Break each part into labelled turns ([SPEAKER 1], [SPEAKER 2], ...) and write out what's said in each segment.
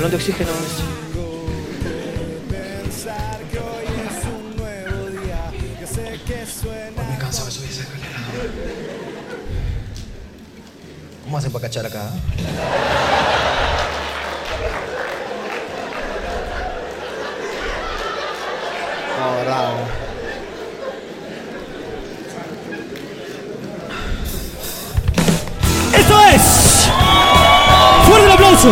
[SPEAKER 1] no te exigen aún eso.
[SPEAKER 2] Pues Me canso de subir esa escalera. ¿Cómo hacen para cachar acá? eh? No, bravo.
[SPEAKER 3] Esto es. Fuerte el aplauso.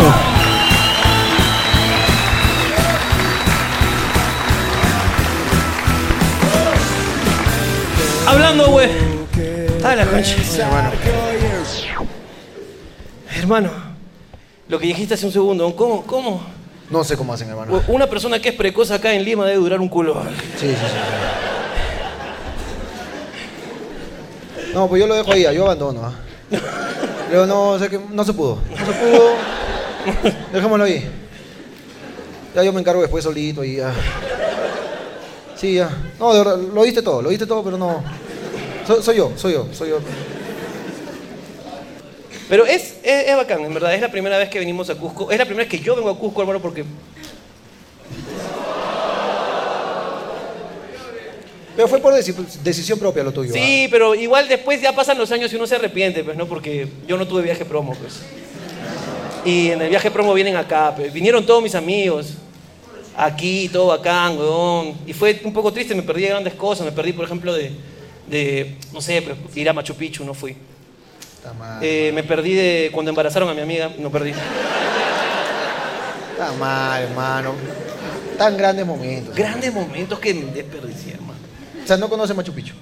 [SPEAKER 1] Hablando, güey. A la concha. Hermano, lo que dijiste hace un segundo, ¿cómo? ¿Cómo?
[SPEAKER 2] No sé cómo hacen, hermano.
[SPEAKER 1] Güey, Una persona que es precoz acá en Lima debe durar un culo.
[SPEAKER 2] Sí, sí, sí. No, pues yo lo dejo ahí, yo abandono. ¿ah? Pero no, o sea que no se pudo. No se pudo. Dejémoslo ahí. Ya yo me encargo después solito y ya. Sí, ya. No, de verdad, lo diste todo, lo diste todo, pero no. So- soy yo, soy yo, soy yo.
[SPEAKER 1] Pero es, es, es bacán, en verdad. Es la primera vez que venimos a Cusco. Es la primera vez que yo vengo a Cusco, hermano, porque
[SPEAKER 2] Pero fue por deci- decisión propia lo tuyo. ¿ah?
[SPEAKER 1] Sí, pero igual después ya pasan los años y uno se arrepiente, pues, ¿no? Porque yo no tuve viaje promo, pues. Y en el viaje promo vienen acá, pues. Vinieron todos mis amigos. Aquí, todo bacán, weón. Y fue un poco triste, me perdí de grandes cosas. Me perdí, por ejemplo, de, de no sé, pues, ir a Machu Picchu, no fui.
[SPEAKER 2] Está mal.
[SPEAKER 1] Eh, me perdí de cuando embarazaron a mi amiga, no perdí.
[SPEAKER 2] Está mal, hermano. Tan grandes momentos.
[SPEAKER 1] Grandes momentos que me desperdicié, hermano.
[SPEAKER 2] O sea, no conoce Machu Picchu.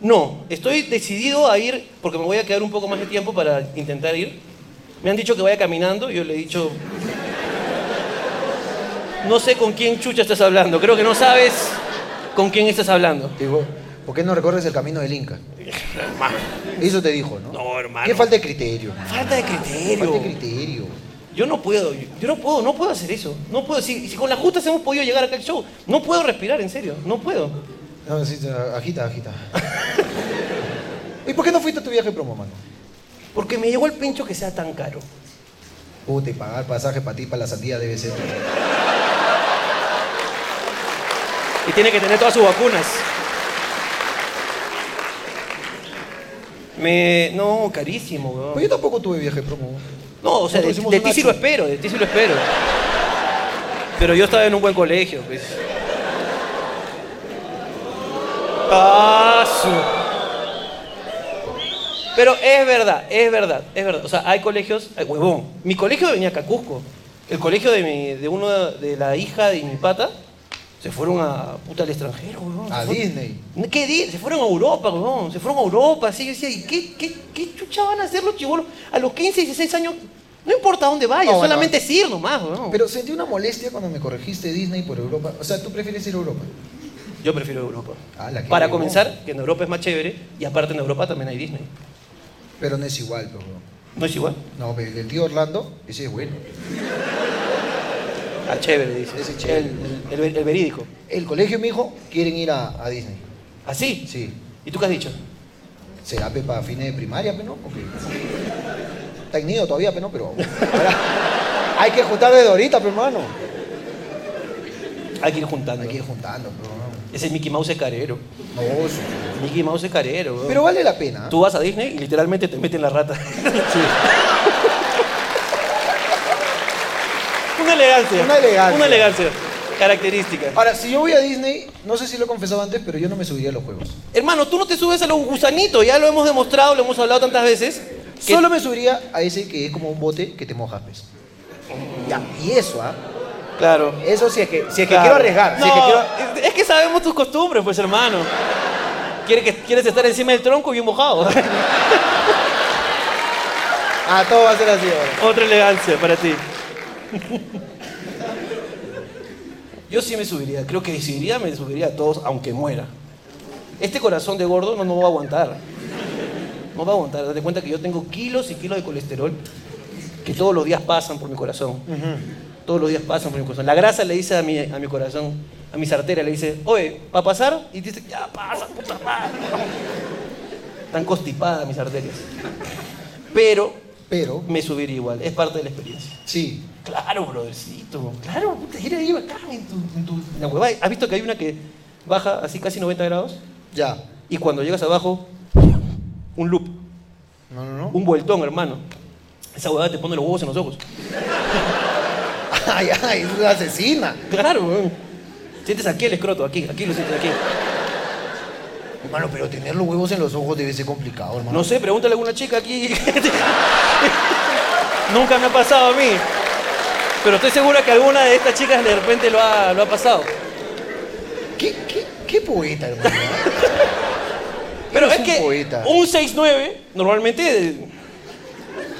[SPEAKER 1] No, estoy decidido a ir, porque me voy a quedar un poco más de tiempo para intentar ir. Me han dicho que vaya caminando, yo le he dicho... No sé con quién chucha estás hablando, creo que no sabes con quién estás hablando.
[SPEAKER 2] Digo, ¿por qué no recorres el camino del Inca? Eso te dijo, ¿no?
[SPEAKER 1] No, hermano.
[SPEAKER 2] Qué falta de criterio.
[SPEAKER 1] Falta de
[SPEAKER 2] Falta de
[SPEAKER 1] criterio.
[SPEAKER 2] criterio.
[SPEAKER 1] Yo no puedo, yo no puedo, no puedo hacer eso. No puedo, si, si con las justas hemos podido llegar acá al show, no puedo respirar, en serio, no puedo.
[SPEAKER 2] No, sí, sí, agita, agita. ¿Y por qué no fuiste a tu viaje promo, mano?
[SPEAKER 1] Porque me llegó el pincho que sea tan caro.
[SPEAKER 2] Puta, y pagar pasaje para ti, para la sandía debe ser.
[SPEAKER 1] Y tiene que tener todas sus vacunas. Me. No, carísimo,
[SPEAKER 2] Pues
[SPEAKER 1] weón.
[SPEAKER 2] yo tampoco tuve viaje promo.
[SPEAKER 1] No, o sea, de,
[SPEAKER 2] Nosotros hicimos
[SPEAKER 1] de
[SPEAKER 2] un
[SPEAKER 1] ti sí
[SPEAKER 2] action.
[SPEAKER 1] lo espero, de ti sí lo espero. Pero yo estaba en un buen colegio, pues. Ah, su- Pero es verdad, es verdad, es verdad. O sea, hay colegios. ay, huevón. Mi colegio venía a Cusco. El colegio de, mi, de uno de la hija de mi pata se fueron a puta al extranjero, huevón.
[SPEAKER 2] A
[SPEAKER 1] Se fueron-
[SPEAKER 2] Disney.
[SPEAKER 1] ¿Qué di? Se fueron a Europa, weón. Se fueron a Europa, así. Yo decía, ¿y qué, qué, qué chucha van a hacer los chibolos? A los 15, 16 años, no importa dónde vayan,
[SPEAKER 2] No, bueno.
[SPEAKER 1] solamente es ir nomás, weón.
[SPEAKER 2] Pero sentí una molestia cuando me corregiste Disney por Europa. O sea, tú prefieres ir a Europa.
[SPEAKER 1] Yo prefiero Europa.
[SPEAKER 2] Ah, la que
[SPEAKER 1] Para
[SPEAKER 2] huevón.
[SPEAKER 1] comenzar, que en Europa es más chévere, y aparte en Europa también hay Disney.
[SPEAKER 2] Pero no es igual, pero.
[SPEAKER 1] ¿No es igual?
[SPEAKER 2] No, pero el del tío Orlando, ese es bueno.
[SPEAKER 1] Ah, chévere, dice.
[SPEAKER 2] Ese es chévere.
[SPEAKER 1] El, el- el- el verídico.
[SPEAKER 2] El colegio, mi hijo, quieren ir a, a Disney.
[SPEAKER 1] ¿Así?
[SPEAKER 2] Sí.
[SPEAKER 1] ¿Y tú qué has dicho?
[SPEAKER 2] Será pe, para fines de primaria, pe, ¿no? Porque está en nido todavía, pe, ¿no? Pero ahora hay que juntar desde ahorita, pe, hermano.
[SPEAKER 1] Hay que ir juntando.
[SPEAKER 2] Hay que ir juntando, pero
[SPEAKER 1] Ese Mickey Mouse es carero.
[SPEAKER 2] no. No, eso.
[SPEAKER 1] Mickey Mouse es carero, weón.
[SPEAKER 2] Pero vale la pena. ¿ah?
[SPEAKER 1] Tú vas a Disney y literalmente te meten la rata. Una elegancia.
[SPEAKER 2] Una elegancia.
[SPEAKER 1] Una elegancia. Característica.
[SPEAKER 2] Ahora, si yo voy a Disney, no sé si lo he confesado antes, pero yo no me subiría a los juegos.
[SPEAKER 1] Hermano, tú no te subes a los gusanitos, ya lo hemos demostrado, lo hemos hablado tantas veces. que-
[SPEAKER 2] Solo me subiría a ese que es como un bote que te mojas, pues. Ya, y eso, ¿ah?
[SPEAKER 1] Claro.
[SPEAKER 2] Eso si es que, si es que
[SPEAKER 1] Claro.
[SPEAKER 2] quiero arriesgar. Si es que
[SPEAKER 1] No,
[SPEAKER 2] quiero...
[SPEAKER 1] es- es que sabemos tus costumbres, pues, hermano. Quieres, que, quieres estar encima del tronco bien mojado.
[SPEAKER 2] Ah, todo va a ser así ahora.
[SPEAKER 1] Otra elegancia para ti. Yo sí me subiría, creo que si iría me subiría a todos, aunque muera. Este corazón de gordo no, no va a aguantar. No va a aguantar. Date cuenta que yo tengo kilos y kilos de colesterol que todos los días pasan por mi corazón. Todos los días pasan por mi corazón. La grasa le dice a mi, a mi corazón, a mis arterias, le dice, oye, ¿va a pasar? Y dice, ya pasa, puta madre. Están constipadas mis arterias. Pero
[SPEAKER 2] Pero,
[SPEAKER 1] me subiría igual, es parte de la experiencia.
[SPEAKER 2] sí.
[SPEAKER 1] Claro, brothercito. Claro, puta, ir ahí bacán en tu, en tu- en la huevada. ¿Has visto que hay una que baja así casi 90 grados?
[SPEAKER 2] Ya.
[SPEAKER 1] Y cuando llegas abajo, un loop,
[SPEAKER 2] No, no, no.
[SPEAKER 1] un vueltón, hermano. Esa huevada te pone los huevos en los ojos.
[SPEAKER 2] Ay, ay, es una asesina.
[SPEAKER 1] Claro, weón. Sientes aquí el escroto, aquí, aquí lo sientes, aquí.
[SPEAKER 2] Hermano, pero tener los huevos en los ojos debe ser complicado, hermano.
[SPEAKER 1] No sé, pregúntale a alguna chica aquí. Nunca me ha pasado a mí. Pero estoy segura que alguna de estas chicas de repente lo ha, lo ha pasado.
[SPEAKER 2] ¿Qué, qué, qué poeta, hermano?
[SPEAKER 1] Pero
[SPEAKER 2] Eres
[SPEAKER 1] es
[SPEAKER 2] un
[SPEAKER 1] que
[SPEAKER 2] poeta.
[SPEAKER 1] un 6-9, normalmente, eh,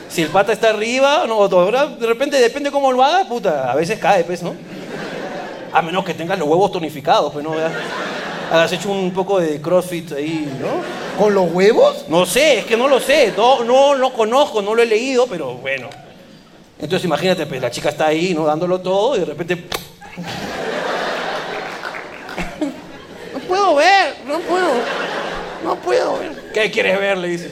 [SPEAKER 1] si el pata está arriba, no, o todo, ¿verdad? de repente depende cómo lo haga, puta, a veces cae, pues, ¿no? A menos que tengas los huevos tonificados, pues, ¿no? ¿Verdad? Hagas hecho un poco de crossfit ahí, ¿no?
[SPEAKER 2] ¿Con los huevos?
[SPEAKER 1] No sé, es que no lo sé, no, no, no conozco, no lo he leído, pero bueno. Entonces imagínate, pues, la chica está ahí, ¿no? Dándolo todo y de repente... No puedo ver, no puedo, no puedo ver. ¿Qué quieres ver? Le dice.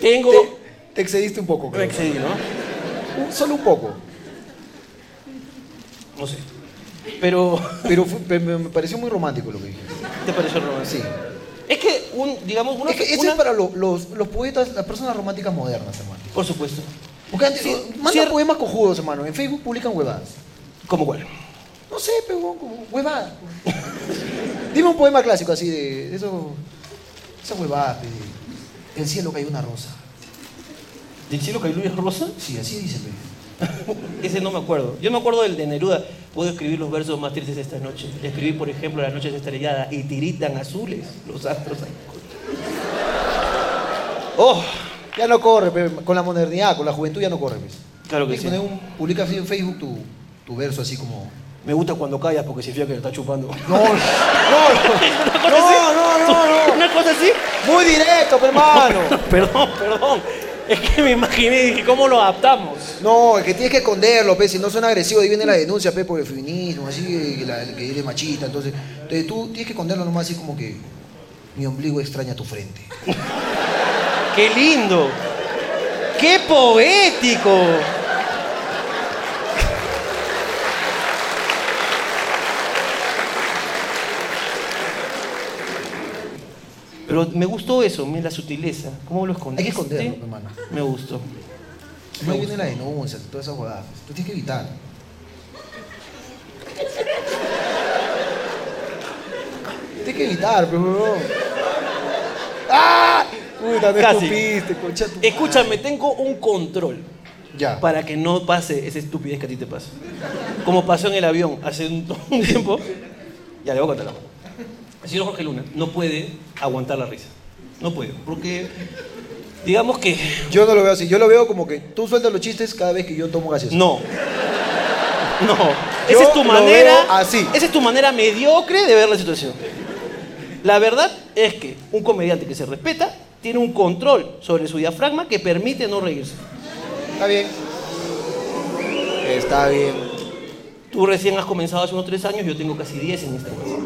[SPEAKER 1] Tengo...
[SPEAKER 2] Te, te excediste un poco,
[SPEAKER 1] Me
[SPEAKER 2] creo.
[SPEAKER 1] excedí, ¿no?
[SPEAKER 2] Un- Solo un poco.
[SPEAKER 1] No sé. Pero...
[SPEAKER 2] Pero fue- pe- me me pareció muy romántico lo que dijiste.
[SPEAKER 1] ¿Te pareció romántico?
[SPEAKER 2] Sí.
[SPEAKER 1] Es que, un, digamos, una...
[SPEAKER 2] Es que eso
[SPEAKER 1] una-
[SPEAKER 2] es para lo- los, los poetas, las personas románticas modernas, hermano.
[SPEAKER 1] Por supuesto.
[SPEAKER 2] Porque antes,
[SPEAKER 1] Sí,
[SPEAKER 2] eh, mandan
[SPEAKER 1] cierto.
[SPEAKER 2] poemas cojudos, hermano. En Facebook publican huevadas.
[SPEAKER 1] ¿Cómo cuál?
[SPEAKER 2] No sé, pero como huevada. Dime un poema clásico así de, de eso. Esa huevada, pe. El cielo cayó una rosa.
[SPEAKER 1] ¿Del cielo cayó una rosa?
[SPEAKER 2] Sí, así dice, pe.
[SPEAKER 1] Ese no me acuerdo. Yo me acuerdo del de Neruda. Puedo escribir los versos más tristes esta noche. Escribí, por ejemplo, las noches estrelladas y tiritan azules los astros.
[SPEAKER 2] Oh, ya no corre, pe. Con la modernidad, con la juventud ya no corre, pe.
[SPEAKER 1] Claro que
[SPEAKER 2] Tienes
[SPEAKER 1] sí.
[SPEAKER 2] poner un, publica así en Facebook tu, tu verso así como.
[SPEAKER 1] Me gusta cuando callas porque significa que lo está chupando.
[SPEAKER 2] No, no, no, no, no, no.
[SPEAKER 1] Una cosa así.
[SPEAKER 2] Muy directo, pe, hermano.
[SPEAKER 1] Perdón, perdón. Es que me imaginé y dije, ¿cómo lo adaptamos?
[SPEAKER 2] No, es que tienes que esconderlo, pe, si no suena agresivo, ahí viene la denuncia, pe, por el feminismo, así, que la- que eres machista, entonces, entonces tú tienes que esconderlo nomás así como que mi ombligo extraña tu frente.
[SPEAKER 1] ¡Qué lindo! ¡Qué poético! Pero me gustó eso, mira, la sutileza. ¿Cómo lo escondiste?
[SPEAKER 2] Hay que esconderlo, hermano.
[SPEAKER 1] Me gustó.
[SPEAKER 2] Ahí viene la denuncia, todas esas jugadas, tú tienes que evitar. Tienes que evitar, pero ¡Ah! Puta, me
[SPEAKER 1] Casi. Eh,
[SPEAKER 2] escupiste, concha tu-
[SPEAKER 1] Escúchame, tengo un control
[SPEAKER 2] Ya.
[SPEAKER 1] para que no pase esa estupidez que a ti te pasa. Como pasó en el avión hace un, un tiempo. Ya, le voy a contar El señor Jorge Luna no puede aguantar la risa. No puede, porque digamos que
[SPEAKER 2] Yo no lo veo así, yo lo veo como que tú sueltas los chistes cada vez que yo tomo gaseosa.
[SPEAKER 1] No. No.
[SPEAKER 2] Yo
[SPEAKER 1] esa es tu
[SPEAKER 2] lo
[SPEAKER 1] manera.
[SPEAKER 2] veo así.
[SPEAKER 1] Esa es tu manera mediocre de ver la situación. La verdad es que un comediante que se respeta tiene un control sobre su diafragma que permite no reírse.
[SPEAKER 2] Está bien. Está bien.
[SPEAKER 1] Tú recién has comenzado hace unos tres años, yo tengo casi 10 en este caso.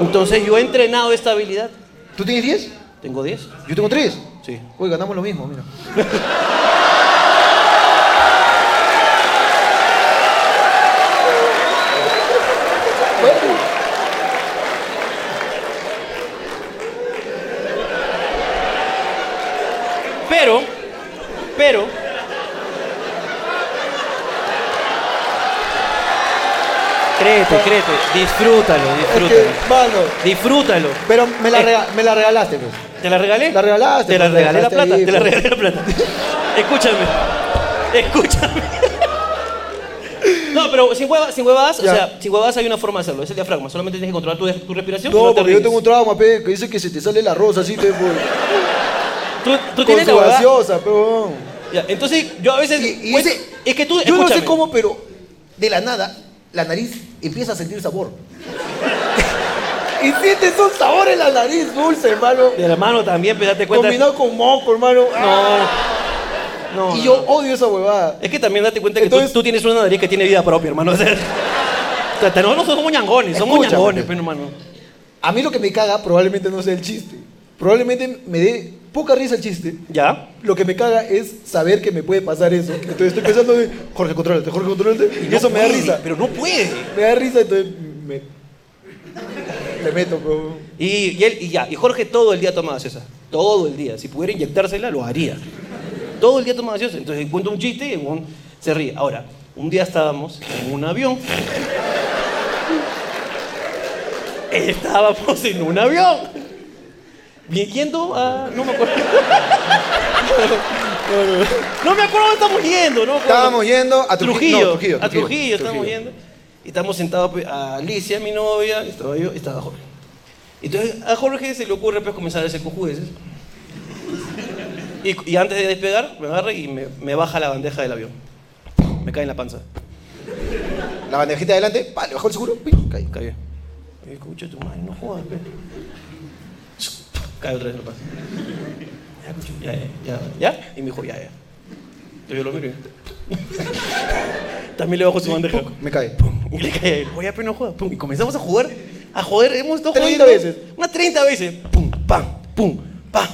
[SPEAKER 1] Entonces yo he entrenado esta habilidad.
[SPEAKER 2] ¿Tú tienes 10?
[SPEAKER 1] Tengo 10.
[SPEAKER 2] Yo tengo 3.
[SPEAKER 1] Sí.
[SPEAKER 2] Uy, ganamos lo mismo, mira.
[SPEAKER 1] Pero, pero. Créete, créete, disfrútalo,
[SPEAKER 2] Es
[SPEAKER 1] disfrútalo.
[SPEAKER 2] que, mano,
[SPEAKER 1] Disfrútalo.
[SPEAKER 2] pero me la,
[SPEAKER 1] Eh.
[SPEAKER 2] rega- me la regalaste, pues.
[SPEAKER 1] ¿Te la regalé?
[SPEAKER 2] La regalaste,
[SPEAKER 1] Te la
[SPEAKER 2] pues, la
[SPEAKER 1] regalé la
[SPEAKER 2] dejaste
[SPEAKER 1] plata,
[SPEAKER 2] ahí,
[SPEAKER 1] te la
[SPEAKER 2] pues.
[SPEAKER 1] regalé la plata. Escúchame. Escúchame. No, pero sin, hueva- sin huevadas,
[SPEAKER 2] Ya.
[SPEAKER 1] o sea, sin huevadas hay una forma de hacerlo, es el diafragma. Solamente tienes que controlar tu, tu respiración. y
[SPEAKER 2] No,
[SPEAKER 1] te
[SPEAKER 2] porque yo
[SPEAKER 1] ríes.
[SPEAKER 2] tengo un trauma, pe, que dice que se te sale la rosa así, pe, por,
[SPEAKER 1] Tú, tú
[SPEAKER 2] con
[SPEAKER 1] tienes la
[SPEAKER 2] su
[SPEAKER 1] huevada.
[SPEAKER 2] gaseosa, pe, weón.
[SPEAKER 1] Ya, entonces, yo a veces.
[SPEAKER 2] Y- y
[SPEAKER 1] cuento-
[SPEAKER 2] ese-
[SPEAKER 1] es que tú.
[SPEAKER 2] Yo no sé
[SPEAKER 1] escúchame.
[SPEAKER 2] cómo, pero de la nada, la nariz empieza a sentir sabor. y sientes un sabor en la nariz dulce, hermano.
[SPEAKER 1] De la mano también, pero date cuenta.
[SPEAKER 2] Combinado con moco, hermano. Ah,
[SPEAKER 1] No. No.
[SPEAKER 2] y
[SPEAKER 1] no,
[SPEAKER 2] yo
[SPEAKER 1] no.
[SPEAKER 2] odio esa huevada.
[SPEAKER 1] Es que también date cuenta que tú-
[SPEAKER 2] Entonces-
[SPEAKER 1] tú, tienes una nariz que tiene vida propia, hermano. O sea, o sea, no, no somos ñangones, pues, somos
[SPEAKER 2] Escúchame,
[SPEAKER 1] ñangones,
[SPEAKER 2] pe.
[SPEAKER 1] pero hermano.
[SPEAKER 2] A mí lo que me caga probablemente no sea el chiste. Probablemente me dé poca risa el chiste.
[SPEAKER 1] ¿Ya?
[SPEAKER 2] Lo que me caga es saber que me puede pasar eso. Entonces estoy pensando de, Jorge, contrólate, Jorge, contrólate. Y
[SPEAKER 1] No
[SPEAKER 2] eso me da
[SPEAKER 1] puede,
[SPEAKER 2] risa.
[SPEAKER 1] Pero no puede.
[SPEAKER 2] Me da risa, entonces me... Le meto, bro.
[SPEAKER 1] Y, y él, y ya, y Jorge todo el día tomaba gaseosa. Todo el día. Si pudiera inyectársela, lo haría. Todo el día tomaba gaseosa. Entonces cuento un chiste y el huevón se ríe. Ahora, un día estábamos en un avión. Estábamos en un avión. Vi- Yendo a. No me acuerdo. No me acuerdo dónde estamos yendo, ¿no? me acuerdo.
[SPEAKER 2] Estábamos yendo a Trujillo.
[SPEAKER 1] Trujillo,
[SPEAKER 2] no, Trujillo,
[SPEAKER 1] a Trujillo,
[SPEAKER 2] Trujillo,
[SPEAKER 1] estamos
[SPEAKER 2] Trujillo.
[SPEAKER 1] yendo. Y estamos sentados pues, a Alicia, mi novia, estaba yo, estaba Jorge. Entonces a Jorge se le ocurre pues comenzar a hacer cojudeces. Y, y antes de despegar, me agarra y me, me baja la bandeja del avión. Me cae en la panza.
[SPEAKER 2] La bandejita adelante, pa, le bajó el seguro, pim, caí.
[SPEAKER 1] Cae. Escucha tu madre, no jodas, pe. Cae otra vez en la panza. Ya, cucho, ya, ya, ya, ya. Y me dijo, ya, ya. Entonces yo lo miro y- También le bajo su bandeja.
[SPEAKER 2] Me cae.
[SPEAKER 1] Pum, Y le cae a él, oye, pero no juega. Pum, y comenzamos a jugar, a joder, hemos estado
[SPEAKER 2] 30
[SPEAKER 1] jugando
[SPEAKER 2] veces.
[SPEAKER 1] Unas 30 veces. Pum, pam, pum, pam.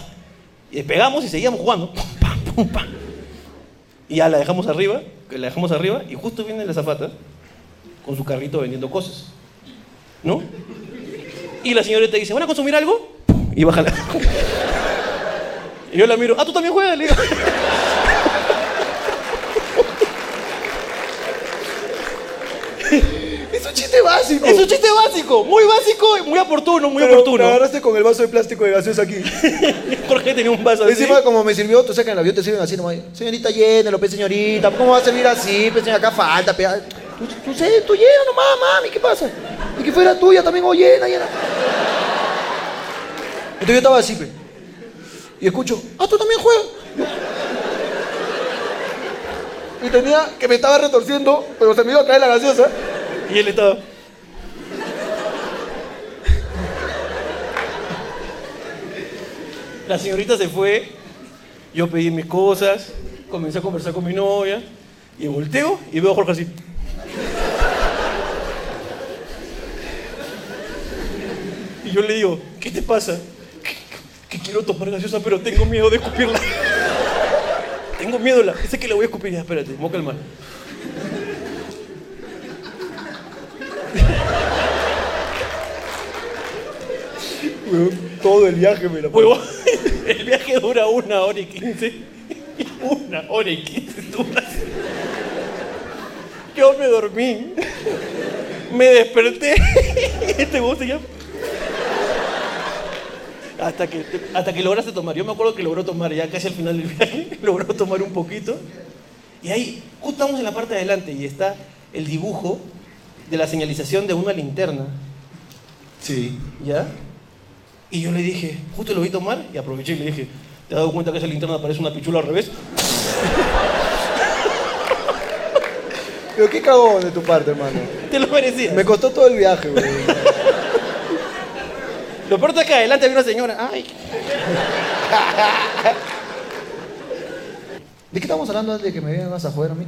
[SPEAKER 1] Y despegamos y seguíamos jugando. Pum, pam, pum, pam. Y ya la dejamos arriba, que la dejamos arriba, y justo viene la zafata con su carrito vendiendo cosas. ¿No? Y la señorita dice, ¿van a consumir algo? Pum, Y baja la. Y yo la miro, ah, tú también juegas, le digo.
[SPEAKER 2] Es un chiste básico.
[SPEAKER 1] Es un chiste básico, muy básico, y muy oportuno, muy
[SPEAKER 2] Pero
[SPEAKER 1] oportuno.
[SPEAKER 2] Me agarraste con el vaso de plástico de gaseosa aquí.
[SPEAKER 1] Jorge tenía un vaso así.
[SPEAKER 2] Encima, como me sirvió, tú sacas en el avión, te sirven así nomás. Señorita, llénelo, pe, señorita. ¿Cómo va a servir así? Pe, señora, acá falta, pe. Ay, Tú, tú, sé, tú llena nomás, mami, ¿qué pasa? Y que fuera tuya también, oh, llena, llena. Entonces yo estaba así, pe. Y escucho, ah, tú también juegas. Y tenía que me estaba retorciendo, pero se me iba a caer la gaseosa.
[SPEAKER 1] Y él estaba. La señorita se fue, yo pedí mis cosas, comencé a conversar con mi novia, y volteo y veo a Jorge así. Y yo le digo, ¿qué te pasa? Que, que quiero tomar gaseosa, pero tengo miedo de escupirla. tengo miedo, la, sé que la voy a escupir. Ya, espérate, me voy a calmar.
[SPEAKER 2] Weón, Todo el viaje me la
[SPEAKER 1] Huevón, el viaje dura una hora y quince. Una hora y quince duras. Yo me dormí. Me desperté. Este huevón se llama. Hasta que, hasta que lograste tomar. Yo me acuerdo que logró tomar ya casi al final del viaje. Logró tomar un poquito. Y ahí, justo estamos en la parte de adelante y está el dibujo de la señalización de una linterna.
[SPEAKER 2] Sí.
[SPEAKER 1] ¿Ya? Y yo le dije, justo lo vi tomar y aproveché y le dije, ¿te has dado cuenta que esa linterna parece una pichula al revés?
[SPEAKER 2] Pero qué cagón de tu parte, hermano.
[SPEAKER 1] Te lo merecías.
[SPEAKER 2] Me costó todo el viaje, güey.
[SPEAKER 1] Lo peor es que adelante había una señora. Ay,
[SPEAKER 2] ¿De qué estábamos hablando antes de que me vengas a joder a mí?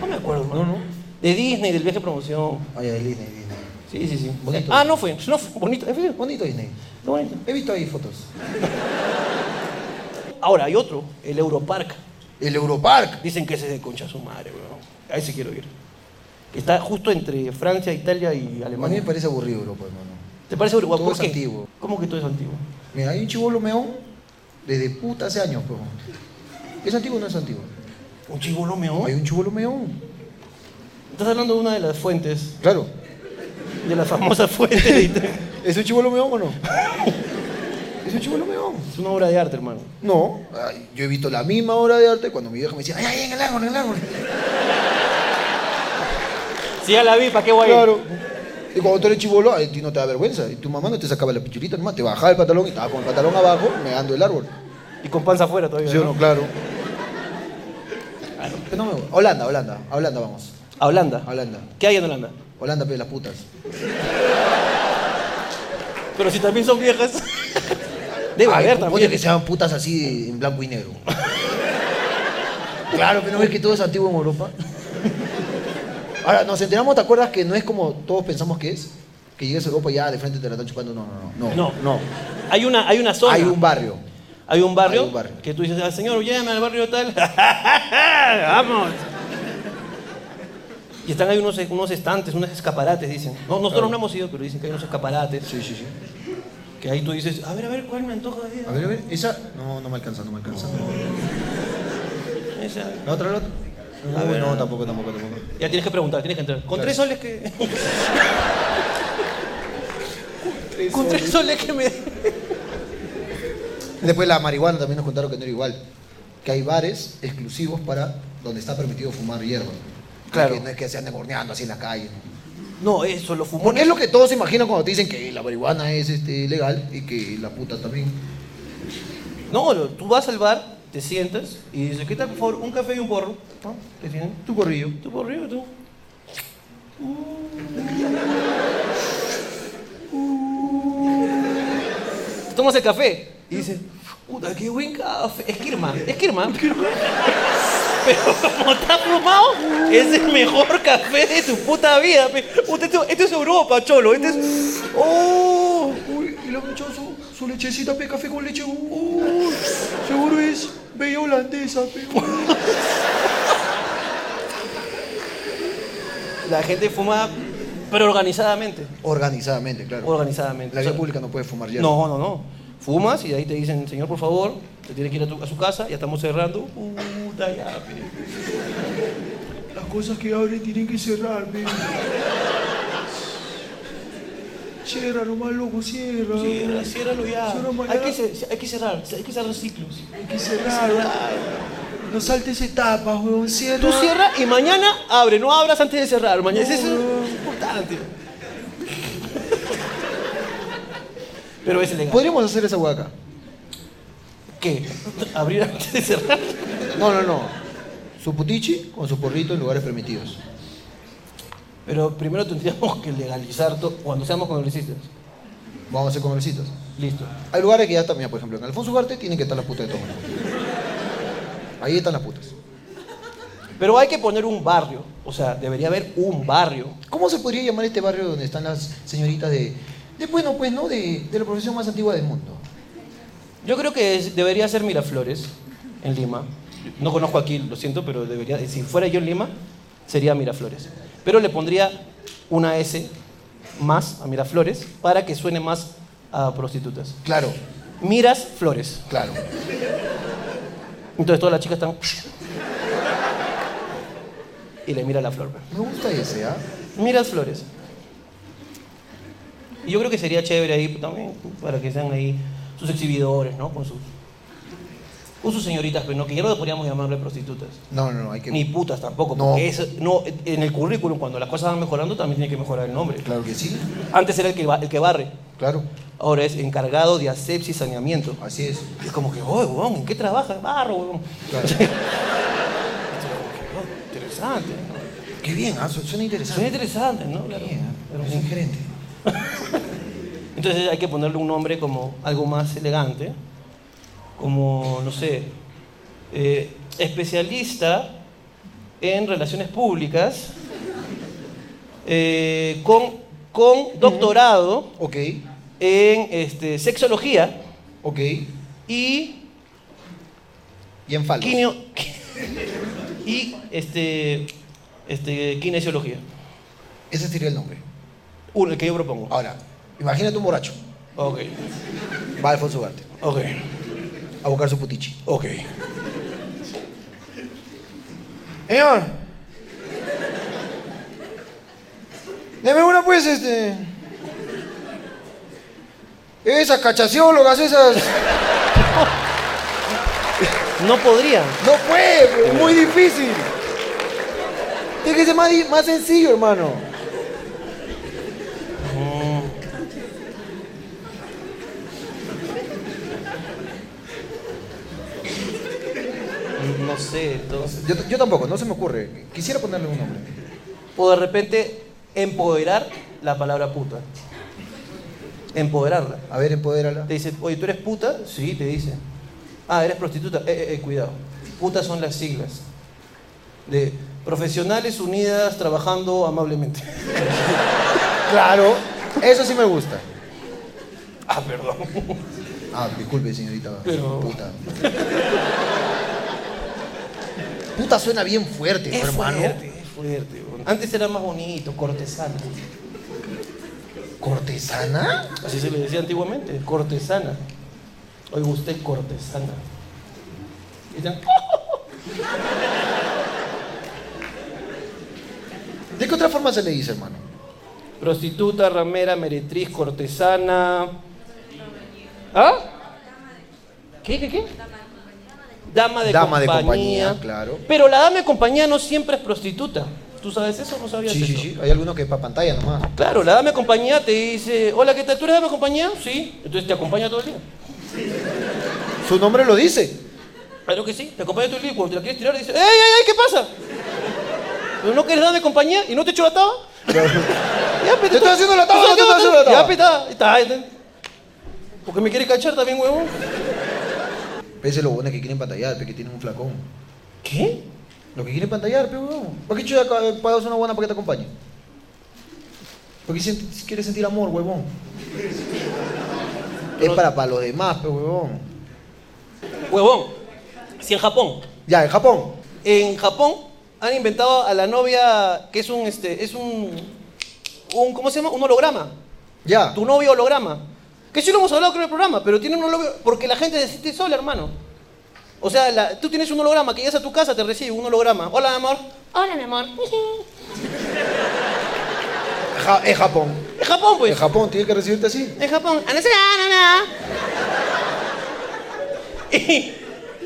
[SPEAKER 1] no me acuerdo, no, no. De Disney, del viaje de promoción.
[SPEAKER 2] Ay, ay, Disney, Disney.
[SPEAKER 1] Sí, sí, sí.
[SPEAKER 2] Bonito.
[SPEAKER 1] Ah, no fue, no fue. Bonito, es bonito.
[SPEAKER 2] Bonito Disney.
[SPEAKER 1] bonito.
[SPEAKER 2] He visto ahí fotos.
[SPEAKER 1] Ahora hay otro, el Europark.
[SPEAKER 2] El Europark.
[SPEAKER 1] Dicen que ese es de concha su madre, weón. Ahí sí quiero ir. Que Está justo entre Francia, Italia y
[SPEAKER 2] A mí me
[SPEAKER 1] Alemania.
[SPEAKER 2] parece aburrido Europa, hermano.
[SPEAKER 1] ¿Te parece Uruguay?
[SPEAKER 2] Todo
[SPEAKER 1] ¿Por
[SPEAKER 2] es
[SPEAKER 1] qué?
[SPEAKER 2] antiguo.
[SPEAKER 1] ¿Cómo que todo es antiguo?
[SPEAKER 2] Mira, hay un chivolo meón desde puta hace años, pero. ¿Es antiguo o no es antiguo?
[SPEAKER 1] Un chivolo meón.
[SPEAKER 2] Hay un chivolo meón.
[SPEAKER 1] Estás hablando de una de las fuentes
[SPEAKER 2] Claro.
[SPEAKER 1] De la famosa fuente de Italia.
[SPEAKER 2] ¿Es un chivolo meón o no? ¿Es un chivolo meón?
[SPEAKER 1] Es una obra de arte, hermano.
[SPEAKER 2] No. Ay, yo he visto la misma obra de arte cuando mi vieja me decía, ay, ay, en el árbol, en el árbol.
[SPEAKER 1] Si ya la vi, ¿para qué voy a ir?
[SPEAKER 2] Claro. Y cuando tú eres chivolo, a ti no te da vergüenza. Y tu mamá no te sacaba la pichurita nomás, te bajaba el pantalón y estaba con el pantalón abajo, meando el árbol.
[SPEAKER 1] Y con panza afuera todavía.
[SPEAKER 2] ¿Sí o
[SPEAKER 1] ¿no?
[SPEAKER 2] no? Claro. Pero no me gusta. Holanda, Holanda. A Holanda vamos.
[SPEAKER 1] A Holanda.
[SPEAKER 2] A Holanda.
[SPEAKER 1] ¿Qué hay en Holanda?
[SPEAKER 2] Holanda, pe, las putas.
[SPEAKER 1] Pero si también son viejas. Debe
[SPEAKER 2] Ay,
[SPEAKER 1] haber
[SPEAKER 2] ponte
[SPEAKER 1] también.
[SPEAKER 2] que sean putas así en blanco y negro. claro, pero no ves que todo es antiguo en Europa. Ahora, nos enteramos, ¿te acuerdas que no es como todos pensamos que es? que llegues a Europa ya de frente te la están chupando. No, no, no.
[SPEAKER 1] No.
[SPEAKER 2] No, no.
[SPEAKER 1] Hay una, hay una zona.
[SPEAKER 2] Hay un barrio.
[SPEAKER 1] Hay un barrio,
[SPEAKER 2] Hay un barrio.
[SPEAKER 1] que tú dices, "Ah, señor, llévame al barrio tal. Vamos. Y están ahí unos, unos estantes, unos escaparates, dicen. No, nosotros no hemos ido, pero dicen que hay unos escaparates.
[SPEAKER 2] Sí, sí, sí.
[SPEAKER 1] Que ahí tú dices, a ver, a ver, ¿cuál me antoja? de ir?"
[SPEAKER 2] A ver, a ver, esa. No, no me alcanza, no me alcanza.
[SPEAKER 1] Esa.
[SPEAKER 2] La otra, la otra. No, no, tampoco, tampoco, tampoco.
[SPEAKER 1] Ya tienes que preguntar, tienes que entrar. Con
[SPEAKER 2] Claro.
[SPEAKER 1] tres soles que. Con tres soles que me.
[SPEAKER 2] Después la marihuana también nos contaron que no era igual. Que hay bares exclusivos para donde está permitido fumar hierba.
[SPEAKER 1] Claro.
[SPEAKER 2] Que no es que se anden horneando así en la calle. ¿no?
[SPEAKER 1] No, eso, los fumones.
[SPEAKER 2] Porque es lo que todos se imaginan cuando te dicen que la marihuana es este, legal y que la puta también.
[SPEAKER 1] No, lo- tú vas al bar, te sientas y dices, ¿qué tal, por favor? Un café y un porro. ¿no? Te tienen
[SPEAKER 2] Tu corrillo.
[SPEAKER 1] tu Uh. porrillo, tú. Te Tomas el café y dices, puta, qué buen café. Es Kirma, es Kirma. Pero como está fumado, es el mejor café de tu puta vida. pe. Puta, esto, esto es Europa, cholo. Esto es. Uh.
[SPEAKER 2] ¡Oh! Uy, y le han echado su, su lechecita pe café con leche. Uy, seguro es bella holandesa, pe.
[SPEAKER 1] La gente fuma, pero organizadamente.
[SPEAKER 2] Organizadamente, claro.
[SPEAKER 1] Organizadamente.
[SPEAKER 2] La
[SPEAKER 1] O sea,
[SPEAKER 2] vía pública no puede fumar hierba.
[SPEAKER 1] No, no, no. Fumas y de ahí te dicen, señor, por favor, te tiene que ir a, tu- a su casa, ya estamos cerrando. Puta, ya, pe.
[SPEAKER 2] Las cosas que abren tienen que cerrar, pe. Cierra nomás, loco, cierra.
[SPEAKER 1] Cierra, ciérralo ya.
[SPEAKER 2] Cierra mañana.
[SPEAKER 1] Hay que, cer- hay que cerrar, hay que cerrar ciclos.
[SPEAKER 2] Hay que cerrar. No saltes etapas, weón. Cierra.
[SPEAKER 1] Tú cierra y mañana abre, no abras antes de cerrar. Mañana eso es importante. Pero es legal.
[SPEAKER 2] Podríamos hacer esa hueá
[SPEAKER 1] ¿Qué? ¿Abrir antes de cerrar?
[SPEAKER 2] No, no, no. Su putichi con su porrito en lugares permitidos.
[SPEAKER 1] Pero primero tendríamos que legalizar todo cuando seamos congresistas.
[SPEAKER 2] Vamos a hacer comercitos.
[SPEAKER 1] Listo.
[SPEAKER 2] Hay lugares que ya están, mira, por ejemplo, en Alfonso Ugarte tienen que estar las putas de toma. Ahí están las putas.
[SPEAKER 1] Pero hay que poner un barrio. O sea, debería haber un barrio.
[SPEAKER 2] ¿Cómo se podría llamar este barrio donde están las señoritas de. de bueno, pues, ¿no? De, de la profesión más antigua del mundo.
[SPEAKER 1] Yo creo que es- debería ser Miraflores, en Lima. No conozco aquí, lo siento, pero debería. Si fuera yo en Lima, sería Miraflores. Pero le pondría una S más a Miraflores para que suene más a prostitutas.
[SPEAKER 2] Claro,
[SPEAKER 1] Miras Flores.
[SPEAKER 2] claro.
[SPEAKER 1] Entonces todas las chicas están. Y le mira la flor. pe.
[SPEAKER 2] Me gusta ese, ¿ah?
[SPEAKER 1] Miras Flores. Y yo creo que sería chévere ahí también para que sean ahí sus exhibidores, ¿no? Con sus. Con sus señoritas, pero no, que ya no podríamos llamarle prostitutas.
[SPEAKER 2] No, no, no, hay que.
[SPEAKER 1] Ni putas tampoco,
[SPEAKER 2] No.
[SPEAKER 1] porque eso- no, en el currículum, cuando las cosas van mejorando, también tiene que mejorar el nombre.
[SPEAKER 2] Claro que sí,
[SPEAKER 1] Antes era el que, ba- el que barre,
[SPEAKER 2] claro,
[SPEAKER 1] ahora es encargado de asepsia y saneamiento.
[SPEAKER 2] así es.
[SPEAKER 1] Es como que, oye, weón, ¿en qué trabajas? Barro, weón.
[SPEAKER 2] Claro.
[SPEAKER 1] "Oh, Interesante, ¿no?
[SPEAKER 2] Qué bien, ah, su- suena
[SPEAKER 1] Suena
[SPEAKER 2] interesante. ¿eh?
[SPEAKER 1] interesante, ¿no? Claro. Pero
[SPEAKER 2] Es
[SPEAKER 1] sí.
[SPEAKER 2] un gerente.
[SPEAKER 1] Entonces hay que ponerle un nombre como algo más elegante, como, no sé, eh, especialista en relaciones públicas, eh, con, con doctorado
[SPEAKER 2] Ok,
[SPEAKER 1] en este, sexología
[SPEAKER 2] ok.
[SPEAKER 1] y,
[SPEAKER 2] Y en falda.
[SPEAKER 1] quineo- y este, este, kinesiología.
[SPEAKER 2] Ese sería el nombre.
[SPEAKER 1] Uno, el que yo propongo.
[SPEAKER 2] Ahora, imagínate un borracho.
[SPEAKER 1] Ok,
[SPEAKER 2] Va a Alfonso Ugarte
[SPEAKER 1] ok,
[SPEAKER 2] a buscar su putichi.
[SPEAKER 1] ok.
[SPEAKER 2] Señor. Deme una, pues, este. Esas cachaciólogas, esas.
[SPEAKER 1] No podría.
[SPEAKER 2] No puede, pues, es muy difícil. Tiene que ser más, di- más sencillo, hermano.
[SPEAKER 1] No sé, entonces.
[SPEAKER 2] Yo, yo tampoco, no se me ocurre. Quisiera ponerle un nombre.
[SPEAKER 1] O de repente empoderar la palabra puta. Empoderarla.
[SPEAKER 2] A ver, empodérala.
[SPEAKER 1] Te dice, oye, ¿tú eres puta? Sí, te dice. Ah, eres prostituta. Eh, eh, eh, cuidado. Putas son las siglas. De profesionales unidas trabajando amablemente.
[SPEAKER 2] Claro. Eso sí me gusta.
[SPEAKER 1] Ah, perdón.
[SPEAKER 2] Ah, disculpe, señorita.
[SPEAKER 1] Pero-
[SPEAKER 2] Puta. Puta suena bien fuerte,
[SPEAKER 1] Es
[SPEAKER 2] hermano.
[SPEAKER 1] fuerte, es fuerte. bro. Antes era más bonito, cortesana.
[SPEAKER 2] ¿Cortesana?
[SPEAKER 1] Así se le decía antiguamente, cortesana. Hoy usted cortesana. Y ya.
[SPEAKER 2] ¿De qué otra forma se le dice, hermano?
[SPEAKER 1] Prostituta, ramera, meretriz, cortesana. ¿Ah? ¿Qué, qué, qué? Dama de
[SPEAKER 2] Dama de
[SPEAKER 1] compañía.
[SPEAKER 2] compañía, claro.
[SPEAKER 1] Pero la dama de compañía no siempre es prostituta. ¿Tú sabes eso? ¿No sabías
[SPEAKER 2] Sí,
[SPEAKER 1] eso?
[SPEAKER 2] sí, sí. Hay algunos que para pantalla nomás.
[SPEAKER 1] Claro, la dama de compañía te dice, hola, ¿qué tal? ¿Tú eres dama de compañía? Sí. Entonces te acompaña todo el día.
[SPEAKER 2] Su nombre lo dice.
[SPEAKER 1] Claro que sí, te acompaña todo el día y cuando te la quieres tirar dice, ¡ey, ey, ey! ¿Qué pasa? ¿Pero no quieres dama de compañía y no te echo la taba? Ya, pe,
[SPEAKER 2] Te estoy haciendo la taba,
[SPEAKER 1] ¿tú sabes
[SPEAKER 2] te estoy
[SPEAKER 1] qué?
[SPEAKER 2] haciendo la taba.
[SPEAKER 1] Ya, pe, está, está, está. Porque me quieres cachar también, huevón.
[SPEAKER 2] Pese lo bueno que quieren pantallar, pe, que tienen un flacón.
[SPEAKER 1] ¿Qué?
[SPEAKER 2] Lo que quieren pantallar, pe, huevón. ¿Para qué chuda ca- pagas una buena para que te acompañe? Porque si quieres sentir amor, huevón. Es para, para los demás, pe, huevón.
[SPEAKER 1] Huevón, si en Japón,
[SPEAKER 2] Ya, en Japón.
[SPEAKER 1] en Japón han inventado a la novia que es un, este, es un, un ¿cómo se llama? Un holograma.
[SPEAKER 2] Ya.
[SPEAKER 1] Tu novio holograma. Que sí lo hemos hablado creo en el programa, pero tiene un holograma, porque la gente se siente sola, hermano. O sea, la- tú tienes un holograma que llegas a tu casa, te recibe un holograma. Hola, mi amor. Hola, mi amor.
[SPEAKER 2] Ja- en Japón.
[SPEAKER 1] En Japón,
[SPEAKER 2] En
[SPEAKER 1] pues.
[SPEAKER 2] Japón tiene que recibirte así.
[SPEAKER 1] En Japón. Ah, Y,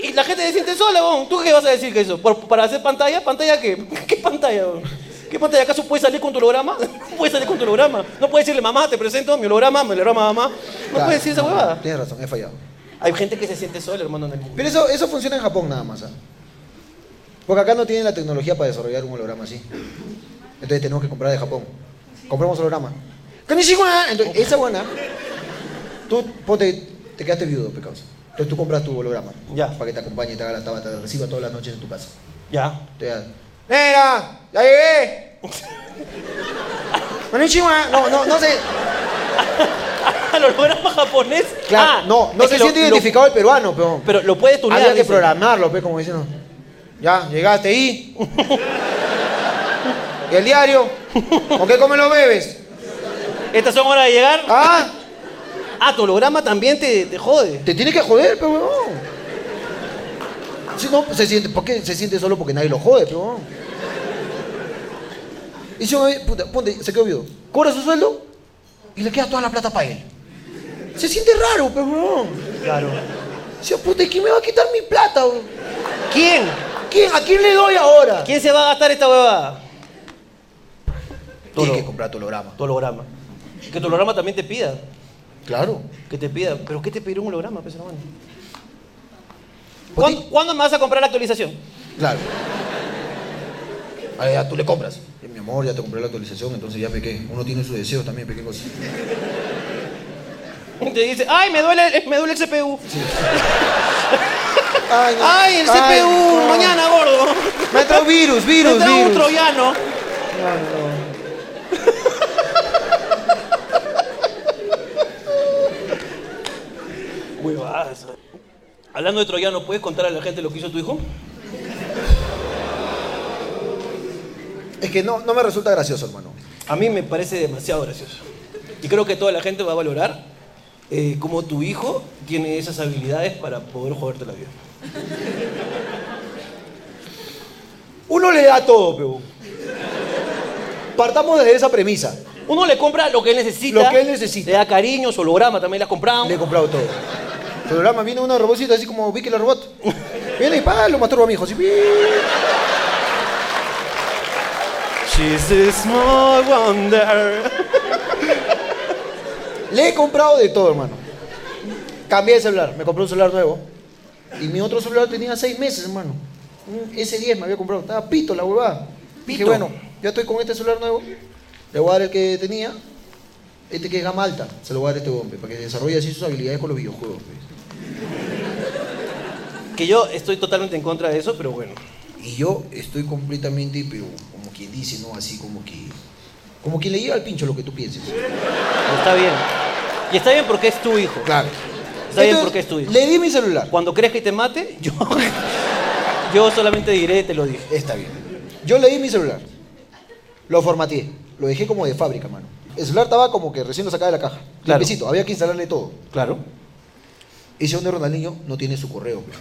[SPEAKER 1] y la gente se siente sola, weón. ¿Tú qué vas a decir que eso? ¿Por- ¿Para hacer pantalla? ¿Pantalla qué? ¿Qué pantalla, weón? ¿Qué pantalla? ¿Acaso puedes salir con tu holograma? No puedes salir con tu holograma. No puedes decirle, mamá, te presento mi holograma, mi holograma, mamá. No
[SPEAKER 2] Claro,
[SPEAKER 1] puedes decir esa
[SPEAKER 2] no,
[SPEAKER 1] huevada.
[SPEAKER 2] Tienes razón, he fallado.
[SPEAKER 1] Hay gente que se siente sola, hermano, en el mundo.
[SPEAKER 2] Pero eso, eso funciona en Japón nada más. ¿ah? Porque acá no tienen la tecnología para desarrollar un holograma así. Entonces tenemos que comprar de Japón. Compramos holograma. ¡Konnichiwa! Entonces, esa buena. Tú ponte, te quedaste viudo, pecado. Entonces tú compras tu holograma.
[SPEAKER 1] Ya.
[SPEAKER 2] Para que te acompañe, te haga la tabata, te reciba todas las noches en tu casa.
[SPEAKER 1] Ya.
[SPEAKER 2] Entonces, ya. ¡Nena! ¡Ya llegué! ¡Konnichiwa! No, no, no sé.
[SPEAKER 1] ¿Al holograma japonés?
[SPEAKER 2] Claro,
[SPEAKER 1] Ah,
[SPEAKER 2] no, no
[SPEAKER 1] es
[SPEAKER 2] se
[SPEAKER 1] que lo-
[SPEAKER 2] siente
[SPEAKER 1] lo-
[SPEAKER 2] identificado el peruano, peón.
[SPEAKER 1] pero lo puedes tunear.
[SPEAKER 2] Había que
[SPEAKER 1] dice.
[SPEAKER 2] programarlo, pe, como diciendo. Ya, llegaste y. ¿Y el diario? ¿Con qué comes los bebes?
[SPEAKER 1] Estas son horas de llegar. Ah,
[SPEAKER 2] Ah,
[SPEAKER 1] tu holograma también te, te jode.
[SPEAKER 2] te tiene que joder, pe, huevón. Si no, se siente, ¿por qué se siente solo porque nadie lo jode, pe, huevón? Y si, eh, puta, ponte, se quedó viudo. Cobra su sueldo y le queda toda la plata para él. Se siente raro, pe, huevón.
[SPEAKER 1] Claro.
[SPEAKER 2] Si, puta, ¿y quién me va a quitar mi plata, huevón?
[SPEAKER 1] ¿Quién?
[SPEAKER 2] ¿Quién? ¿A quién le doy ahora?
[SPEAKER 1] ¿Quién se va a gastar esta huevada? Tolo.
[SPEAKER 2] Tienes que comprar tu holograma.
[SPEAKER 1] Tu holograma. Que tu holograma también te pida.
[SPEAKER 2] Claro.
[SPEAKER 1] Que te pida. ¿Pero qué te pedirá un holograma, pues, hermano?
[SPEAKER 2] Pues
[SPEAKER 1] ¿Cuán- ¿Cuándo me vas a comprar la actualización?
[SPEAKER 2] Claro. Ah, ya tú le compras. Eh, Mi amor, ya te compré la actualización, entonces ya pequé. Uno tiene sus deseos también, pequé cosas.
[SPEAKER 1] Te dice, ay, me duele, me duele el CPU.
[SPEAKER 2] Ay,
[SPEAKER 1] Ay, el CPU, mañana, gordo.
[SPEAKER 2] Me ha entrado virus,
[SPEAKER 1] Me
[SPEAKER 2] virus,
[SPEAKER 1] trae un
[SPEAKER 2] virus.
[SPEAKER 1] troyano. Huevadas. Hablando de troyano, ¿puedes contar a la gente lo que hizo tu hijo?
[SPEAKER 2] Es que no, no me resulta gracioso, hermano.
[SPEAKER 1] A mí me parece demasiado gracioso. Y creo que toda la gente va a valorar eh, cómo tu hijo tiene esas habilidades para poder jugarte la vida.
[SPEAKER 2] Uno le da todo, pero. Partamos desde esa premisa.
[SPEAKER 1] Uno le compra lo que él necesita.
[SPEAKER 2] Lo que él necesita.
[SPEAKER 1] Le da cariño, su holograma también le has comprado.
[SPEAKER 2] Le he comprado todo. El programa viene una robotcita así como Vicky la robot. Viene y pa, lo masturba a mi hijo. Así, pi.
[SPEAKER 1] She's a small wonder.
[SPEAKER 2] Le he comprado de todo, hermano. Cambié de celular, me compré un celular nuevo. Y mi otro celular tenía seis meses, hermano. Un S10 me había comprado, estaba pito la huevada. Dije,
[SPEAKER 1] Pito.
[SPEAKER 2] bueno, ya estoy con este celular nuevo, le voy a dar el que tenía, este que es gama alta, se lo voy a dar a este hombre, para que desarrolle así sus habilidades con los videojuegos. pues.
[SPEAKER 1] Que yo estoy totalmente en contra de eso, pero bueno.
[SPEAKER 2] Y yo estoy completamente, pero como quien dice, ¿no? Así como que Como quien le lleva al pincho lo que tú pienses.
[SPEAKER 1] Y está bien. Y está bien porque es tu hijo.
[SPEAKER 2] Claro.
[SPEAKER 1] Está bien porque es tu hijo.
[SPEAKER 2] Le di mi celular.
[SPEAKER 1] Cuando crees que te mate, yo, yo solamente diré, te lo dije.
[SPEAKER 2] Está bien. Yo leí mi celular. Lo formateé. Lo dejé como de fábrica, mano. El celular estaba como que recién lo sacaba de la caja.
[SPEAKER 1] Claro.
[SPEAKER 2] Limpiecito, había que instalarle todo.
[SPEAKER 1] Claro.
[SPEAKER 2] Ese donde Ronaldinho no tiene su correo. pues.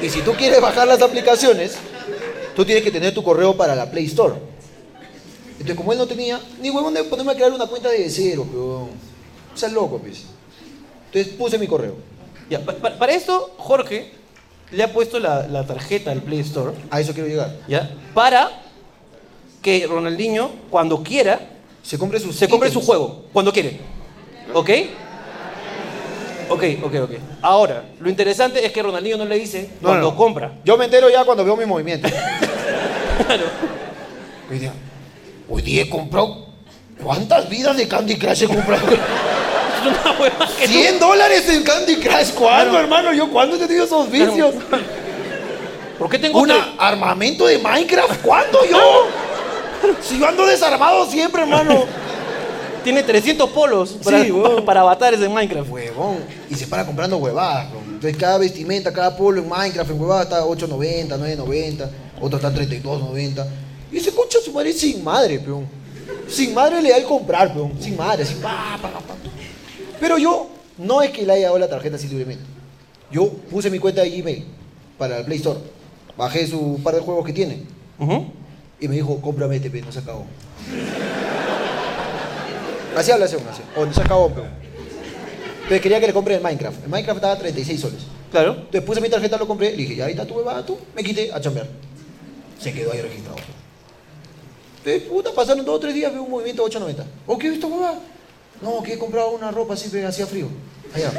[SPEAKER 2] Y si tú quieres bajar las aplicaciones, tú tienes que tener tu correo para la Play Store. Entonces, como él no tenía, ni huevón de ponerme a crear una cuenta de cero, pero... O sea, loco, pues. Entonces puse mi correo.
[SPEAKER 1] Ya, pa- pa- para esto, Jorge le ha puesto la, la tarjeta al Play Store,
[SPEAKER 2] A eso quiero llegar.
[SPEAKER 1] ¿ya? Para que Ronaldinho, cuando quiera,
[SPEAKER 2] Se compre su
[SPEAKER 1] se compre su juego. Cuando quiere. ¿Ok? Ok, ok, ok. Ahora, lo interesante es que Ronaldinho no le dice cuando compra.
[SPEAKER 2] Yo me entero ya cuando veo mi movimiento.
[SPEAKER 1] Claro.
[SPEAKER 2] Hoy día, hoy día he comprado. ¿Cuántas vidas de Candy Crush he comprado?
[SPEAKER 1] Es una hueva Ah, que tú-
[SPEAKER 2] 100 dólares en Candy Crush. ¿Cuándo, hermano? ¿Yo cuándo he tenido esos vicios?
[SPEAKER 1] ¿Por qué tengo
[SPEAKER 2] ¿Una
[SPEAKER 1] tre-
[SPEAKER 2] armamento de Minecraft? ¿Cuándo yo? Si yo ando desarmado siempre, hermano.
[SPEAKER 1] Tiene 300 polos para,
[SPEAKER 2] Sí, huevón.
[SPEAKER 1] para avatares en Minecraft.
[SPEAKER 2] Huevón. Y se para comprando huevadas. bro. Entonces cada vestimenta, cada polo en Minecraft, en huevadas está 8.90, 9.90. Otro está 32.90. Y ese coche su madre es sin madre, peón. Sin madre le da el comprar, peón. Sin madre, así. pa, pa, pa. Pero yo no es que le haya dado la tarjeta así libremente. Yo puse mi cuenta de Gmail para el Play Store. Bajé su par de juegos que tiene.
[SPEAKER 1] Ujú.
[SPEAKER 2] Y me dijo, cómprame este, pe, no se acabó. Así habla ese hombre, así. O no se acabó, pero. Entonces quería que le compre el Minecraft. El Minecraft estaba a 36 soles.
[SPEAKER 1] Claro.
[SPEAKER 2] Entonces puse mi tarjeta, lo compré, le dije, ya ahí está tu huevada, tú. Me quité a chambear. Se quedó ahí registrado. Entonces, puta, pasaron dos o tres días, vi un movimiento 8.90. ¿O "Oh, qué he visto, huevada? No, que he comprado una ropa así, pe, hacía frío. Allá.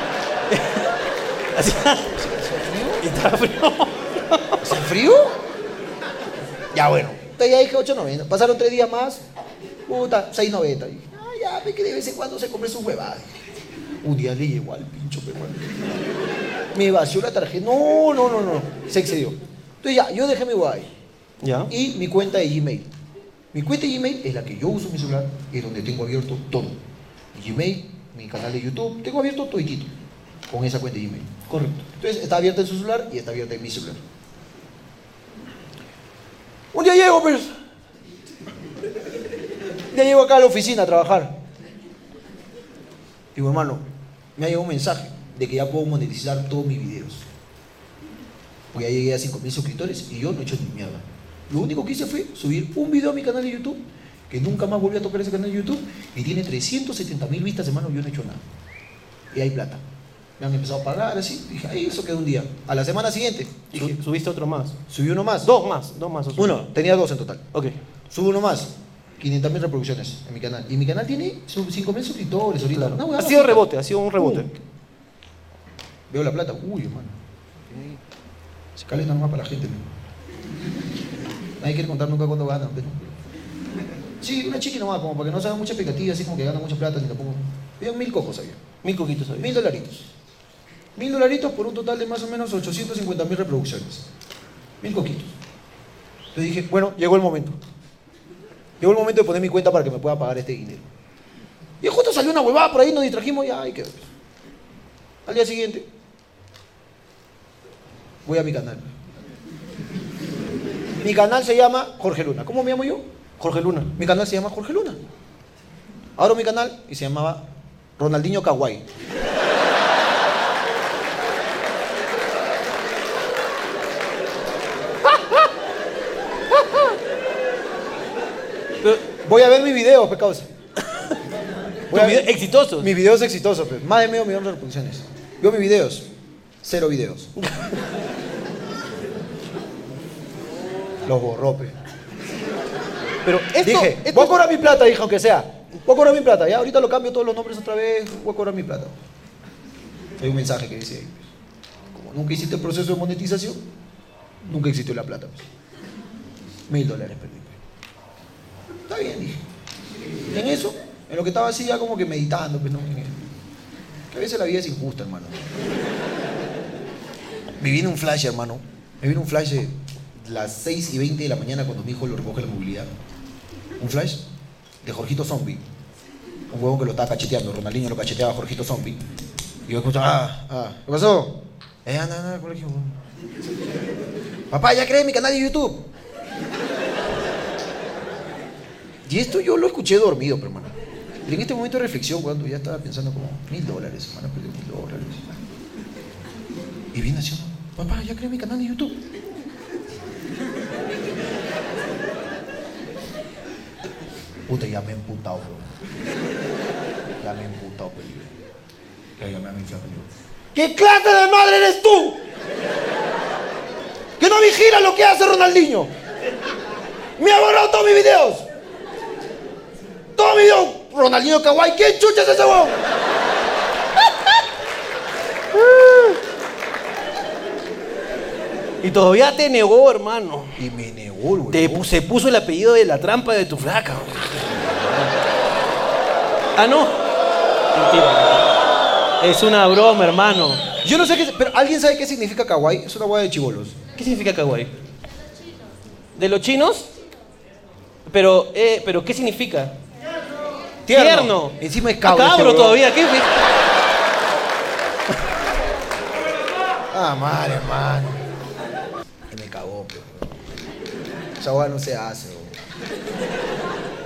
[SPEAKER 1] Así- Y estaba frío.
[SPEAKER 2] ¿Hace frío? Ya bueno. Entonces ya dije 8.90. Pasaron tres días más. Puta, 6.90. Dije, Ah, ya, ve que de vez en cuando se compre sus huevadas. Un día le llegó al pincho, pe, mano. Me vació la tarjeta. No, no, no, no. Se excedió. Entonces ya, yo dejé mi guay.
[SPEAKER 1] Ya.
[SPEAKER 2] Y mi cuenta de Gmail. Mi cuenta de Gmail es la que yo uso en mi celular y es donde tengo abierto todo. Mi Gmail, mi canal de YouTube, tengo abierto toditito con esa cuenta de Gmail.
[SPEAKER 1] Correcto.
[SPEAKER 2] Entonces está abierta en su celular y está abierta en mi celular. Un día llego, pues. Un día llego acá a la oficina a trabajar. Digo, hermano, me ha llegado un mensaje de que ya puedo monetizar todos mis videos. Porque ya llegué a 5.000 suscriptores y yo no he hecho ni mierda. Lo único que hice fue subir un video a mi canal de YouTube, que nunca más volví a tocar ese canal de YouTube, y tiene 370.000 vistas, hermano, yo no he hecho nada y hay plata. Me han empezado a pagar así. Dije, ahí eso quedó un día. A la semana siguiente, dije,
[SPEAKER 1] Su- Subiste otro más.
[SPEAKER 2] subí uno más.
[SPEAKER 1] Dos más, dos más. has subido.
[SPEAKER 2] Uno, tenía dos en total.
[SPEAKER 1] Ok.
[SPEAKER 2] Subo uno más. 500.000 reproducciones en mi canal. Y mi canal tiene sub- 5.000 suscriptores ahorita.
[SPEAKER 1] Claro.
[SPEAKER 2] Una huevada
[SPEAKER 1] Ha sido
[SPEAKER 2] bajita.
[SPEAKER 1] rebote, ha sido un rebote.
[SPEAKER 2] Uh. Veo la plata. Uy, hermano. Se calienta nomás para la gente. ¿no? Nadie quiere contar nunca cuándo gana. Pero... Sí, una chiqui nomás, como para que no se haga mucha expectativa, así como que gana mucha plata, ni tampoco. Vean mil cocos había.
[SPEAKER 1] Mil coquitos había.
[SPEAKER 2] Mil dolaritos. Mil dolaritos por un total de más o menos 850 mil reproducciones. Mil coquitos. Entonces dije, bueno, llegó el momento. Llegó el momento de poner mi cuenta para que me pueda pagar este dinero. Y justo salió una huevada por ahí, nos distrajimos y ahí quedó. Al día siguiente, voy a mi canal. Mi canal se llama Jorge Luna. ¿Cómo me llamo yo?
[SPEAKER 1] Jorge Luna.
[SPEAKER 2] Mi canal se llama Jorge Luna. Abro mi canal y se llamaba Ronaldinho Kawaii.
[SPEAKER 1] Pero,
[SPEAKER 2] Voy a ver mis videos, pecados. Voy a
[SPEAKER 1] tus videos
[SPEAKER 2] ver-
[SPEAKER 1] exitosos.
[SPEAKER 2] Mis videos exitosos, pe. más de medio millón de reproducciones. Veo mis videos, cero videos. Los borró, pe.
[SPEAKER 1] Pero esto,
[SPEAKER 2] Dije,
[SPEAKER 1] esto-
[SPEAKER 2] voy a cobrar mi plata, dije, aunque sea. Voy a cobrar mi plata, ya ahorita lo cambio todos los nombres otra vez, voy a cobrar mi plata. Hay un mensaje que dice ahí, pues, como nunca hiciste el proceso de monetización, nunca existió la plata. pues. Mil dólares perdí. pues. Está bien, dije. Y en eso, en lo que estaba así ya como que meditando, pues no. En eso. Que a veces la vida es injusta, hermano. Me viene un flash, hermano. Me viene un flash de, las 6 y 20 de la mañana cuando mi hijo lo recoge la movilidad. Un flash de Jorgito Zombie. Un huevón que lo estaba cacheteando. Ronaldinho lo cacheteaba a Jorgito Zombie. Y yo escuchaba, ah, ah, ¿qué pasó? Eh, anda, anda al colegio. huevón. Papá, ya creé mi canal de YouTube. Y esto yo lo escuché dormido, pero hermano. Y en este momento de reflexión, cuando ya estaba pensando como, mil dólares, hermano, perdí mil dólares. Y viene así, papá, ya creé mi canal de YouTube. Puta, ya me he emputado, bro. Ya me he emputado,
[SPEAKER 1] pues,
[SPEAKER 2] peligro. Ya llamé a mi jefe,
[SPEAKER 1] ¿Qué clase de madre eres tú? Que no vigila lo que hace Ronaldinho. Me ha borrado todos mis videos. Todos mis videos. Ronaldinho Kawaii, ¿quién chucha es ese huevón? Y todavía te negó, hermano.
[SPEAKER 2] Y me negó, el
[SPEAKER 1] Te
[SPEAKER 2] huevón.
[SPEAKER 1] pu- se puso el apellido de la trampa de tu flaca. Ah, no. Mentira. Es una broma, hermano.
[SPEAKER 2] Yo no sé qué, pero ¿alguien sabe qué significa kawaii? Es una hueá de chivolos.
[SPEAKER 1] ¿Qué significa kawaii? De los chinos. Pero, eh, pero ¿qué significa? Tierno.
[SPEAKER 2] Encima es cabro.
[SPEAKER 1] Cabro,
[SPEAKER 2] este huevón.
[SPEAKER 1] todavía. ¿Qué? qué-
[SPEAKER 2] Ah, madre, hermano. Y me cagó, pero. Esa hueá no se hace, huevón.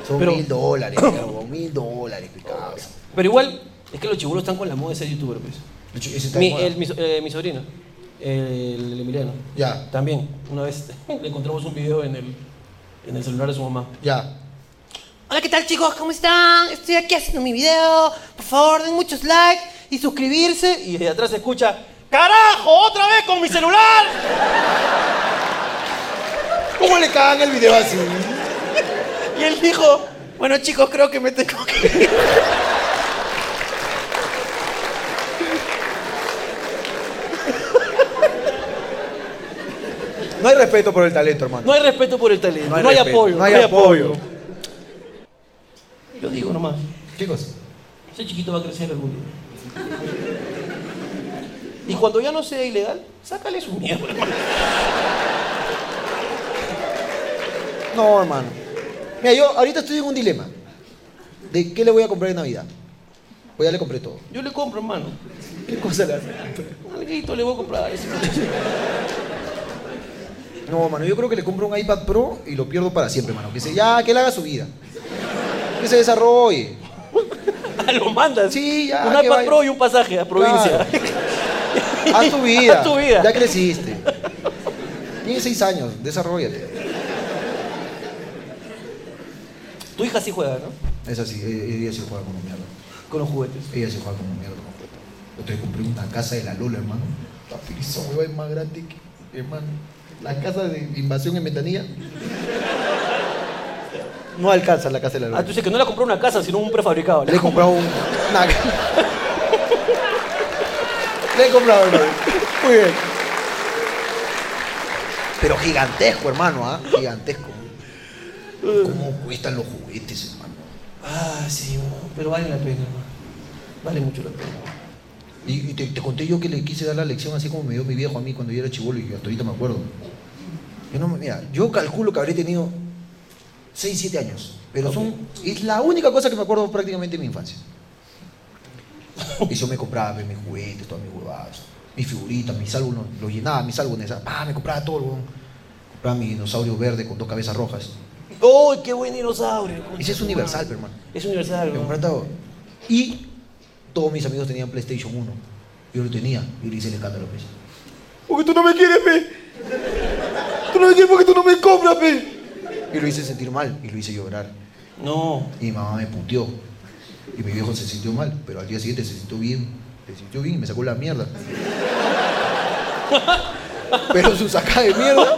[SPEAKER 2] Son
[SPEAKER 1] Pero-
[SPEAKER 2] mil dólares, huevón, mil dólares, que cabra.
[SPEAKER 1] Pero igual, es que los chibulos están con la moda de ser youtuber, pues.
[SPEAKER 2] De hecho, ese está de
[SPEAKER 1] Mi,
[SPEAKER 2] moda.
[SPEAKER 1] el- mi so- eh, mi sobrino, el, el Emiliano.
[SPEAKER 2] Ya.
[SPEAKER 1] También, una vez le encontramos un video en el, en el celular de su mamá.
[SPEAKER 2] Ya.
[SPEAKER 1] Hola, ¿qué tal chicos? ¿Cómo están? Estoy aquí haciendo mi video. Por favor, den muchos likes y suscribirse. Y desde atrás se escucha, ¡Carajo! ¡Otra vez con mi celular!
[SPEAKER 2] ¿Cómo le cagan el video así?
[SPEAKER 1] Y él dijo, bueno chicos, creo que me tengo que ir".
[SPEAKER 4] No hay respeto por el talento, hermano.
[SPEAKER 1] No hay respeto por el talento, no hay,
[SPEAKER 4] respeto,
[SPEAKER 1] apoyo.
[SPEAKER 4] No hay apoyo.
[SPEAKER 1] Yo digo nomás,
[SPEAKER 2] Chicos,
[SPEAKER 1] ese chiquito va a crecer algún día. Y cuando ya no sea ilegal, sácale su mierda, hermano.
[SPEAKER 2] no, hermano. Mira, yo ahorita estoy en un dilema. ¿De qué le voy a comprar en Navidad? Pues ya le compré todo.
[SPEAKER 1] Yo le compro, hermano.
[SPEAKER 2] ¿Qué cosa le hace?
[SPEAKER 1] Alguito le voy a comprar a ese
[SPEAKER 2] No, mano, yo creo que le compro un iPad Pro y lo pierdo para siempre, mano. Que se, ya, que él haga su vida. Que se desarrolle.
[SPEAKER 1] Ah, lo mandan.
[SPEAKER 2] Sí, ya,
[SPEAKER 1] Un
[SPEAKER 2] que
[SPEAKER 1] iPad
[SPEAKER 2] vaya.
[SPEAKER 1] Pro y un pasaje a provincia.
[SPEAKER 2] Haz tu vida.
[SPEAKER 1] Haz tu vida.
[SPEAKER 2] Ya creciste. Tienes seis años, desarrollate.
[SPEAKER 1] Tu hija sí juega, ¿no?
[SPEAKER 2] Es así, e- ella se juega como mierda.
[SPEAKER 1] Con los juguetes.
[SPEAKER 2] Ella se juega como mierda completa. Yo te compré una casa de la Lola, hermano. La feliz hueva es más grande que, hermano. La casa de invasión en ventanilla. No alcanza la casa de la
[SPEAKER 1] Ah, tú dices que no la compró una casa, sino un prefabricado.
[SPEAKER 2] Le he comprado un. una- Le he comprado hermano. Muy bien. Pero gigantesco, hermano, ¿ah? Gigantesco. ¿Cómo cuestan los juguetes, hermano?
[SPEAKER 1] Ah, sí, bueno, pero vale la pena, hermano. Vale mucho la pena.
[SPEAKER 2] Y, y te, te conté yo que le quise dar la lección así como me dio mi viejo a mí cuando yo era chivolo y hasta ahorita me acuerdo. Yo no, me- mira, yo calculo que habré tenido 6, 7 años, pero son, es la única cosa que me acuerdo prácticamente de mi infancia. Y yo me compraba pues, mis juguetes, todas mis huevadas, mis figuritas, mis álbumes, los llenaba, mis álbumes, ah, me compraba todo, weón. Compraba mi dinosaurio verde con dos cabezas rojas.
[SPEAKER 1] ¡Uy, qué buen dinosaurio!
[SPEAKER 2] Ese es universal, pero, hermano.
[SPEAKER 1] Es universal,
[SPEAKER 2] Me compré
[SPEAKER 1] hermano.
[SPEAKER 2] todo. Y todos mis amigos tenían PlayStation 1. Yo lo tenía. Yo le hice el escándalo. pues.
[SPEAKER 1] Porque tú no me quieres, pe. Tú no me quieres porque tú no me compras, pe.
[SPEAKER 2] Y lo hice sentir mal. Y lo hice llorar.
[SPEAKER 1] No.
[SPEAKER 2] Y mi mamá me puteó. Y mi viejo se sintió mal. Pero al día siguiente se sintió bien. Se sintió bien y me sacó la mierda. Pero su sacada de mierda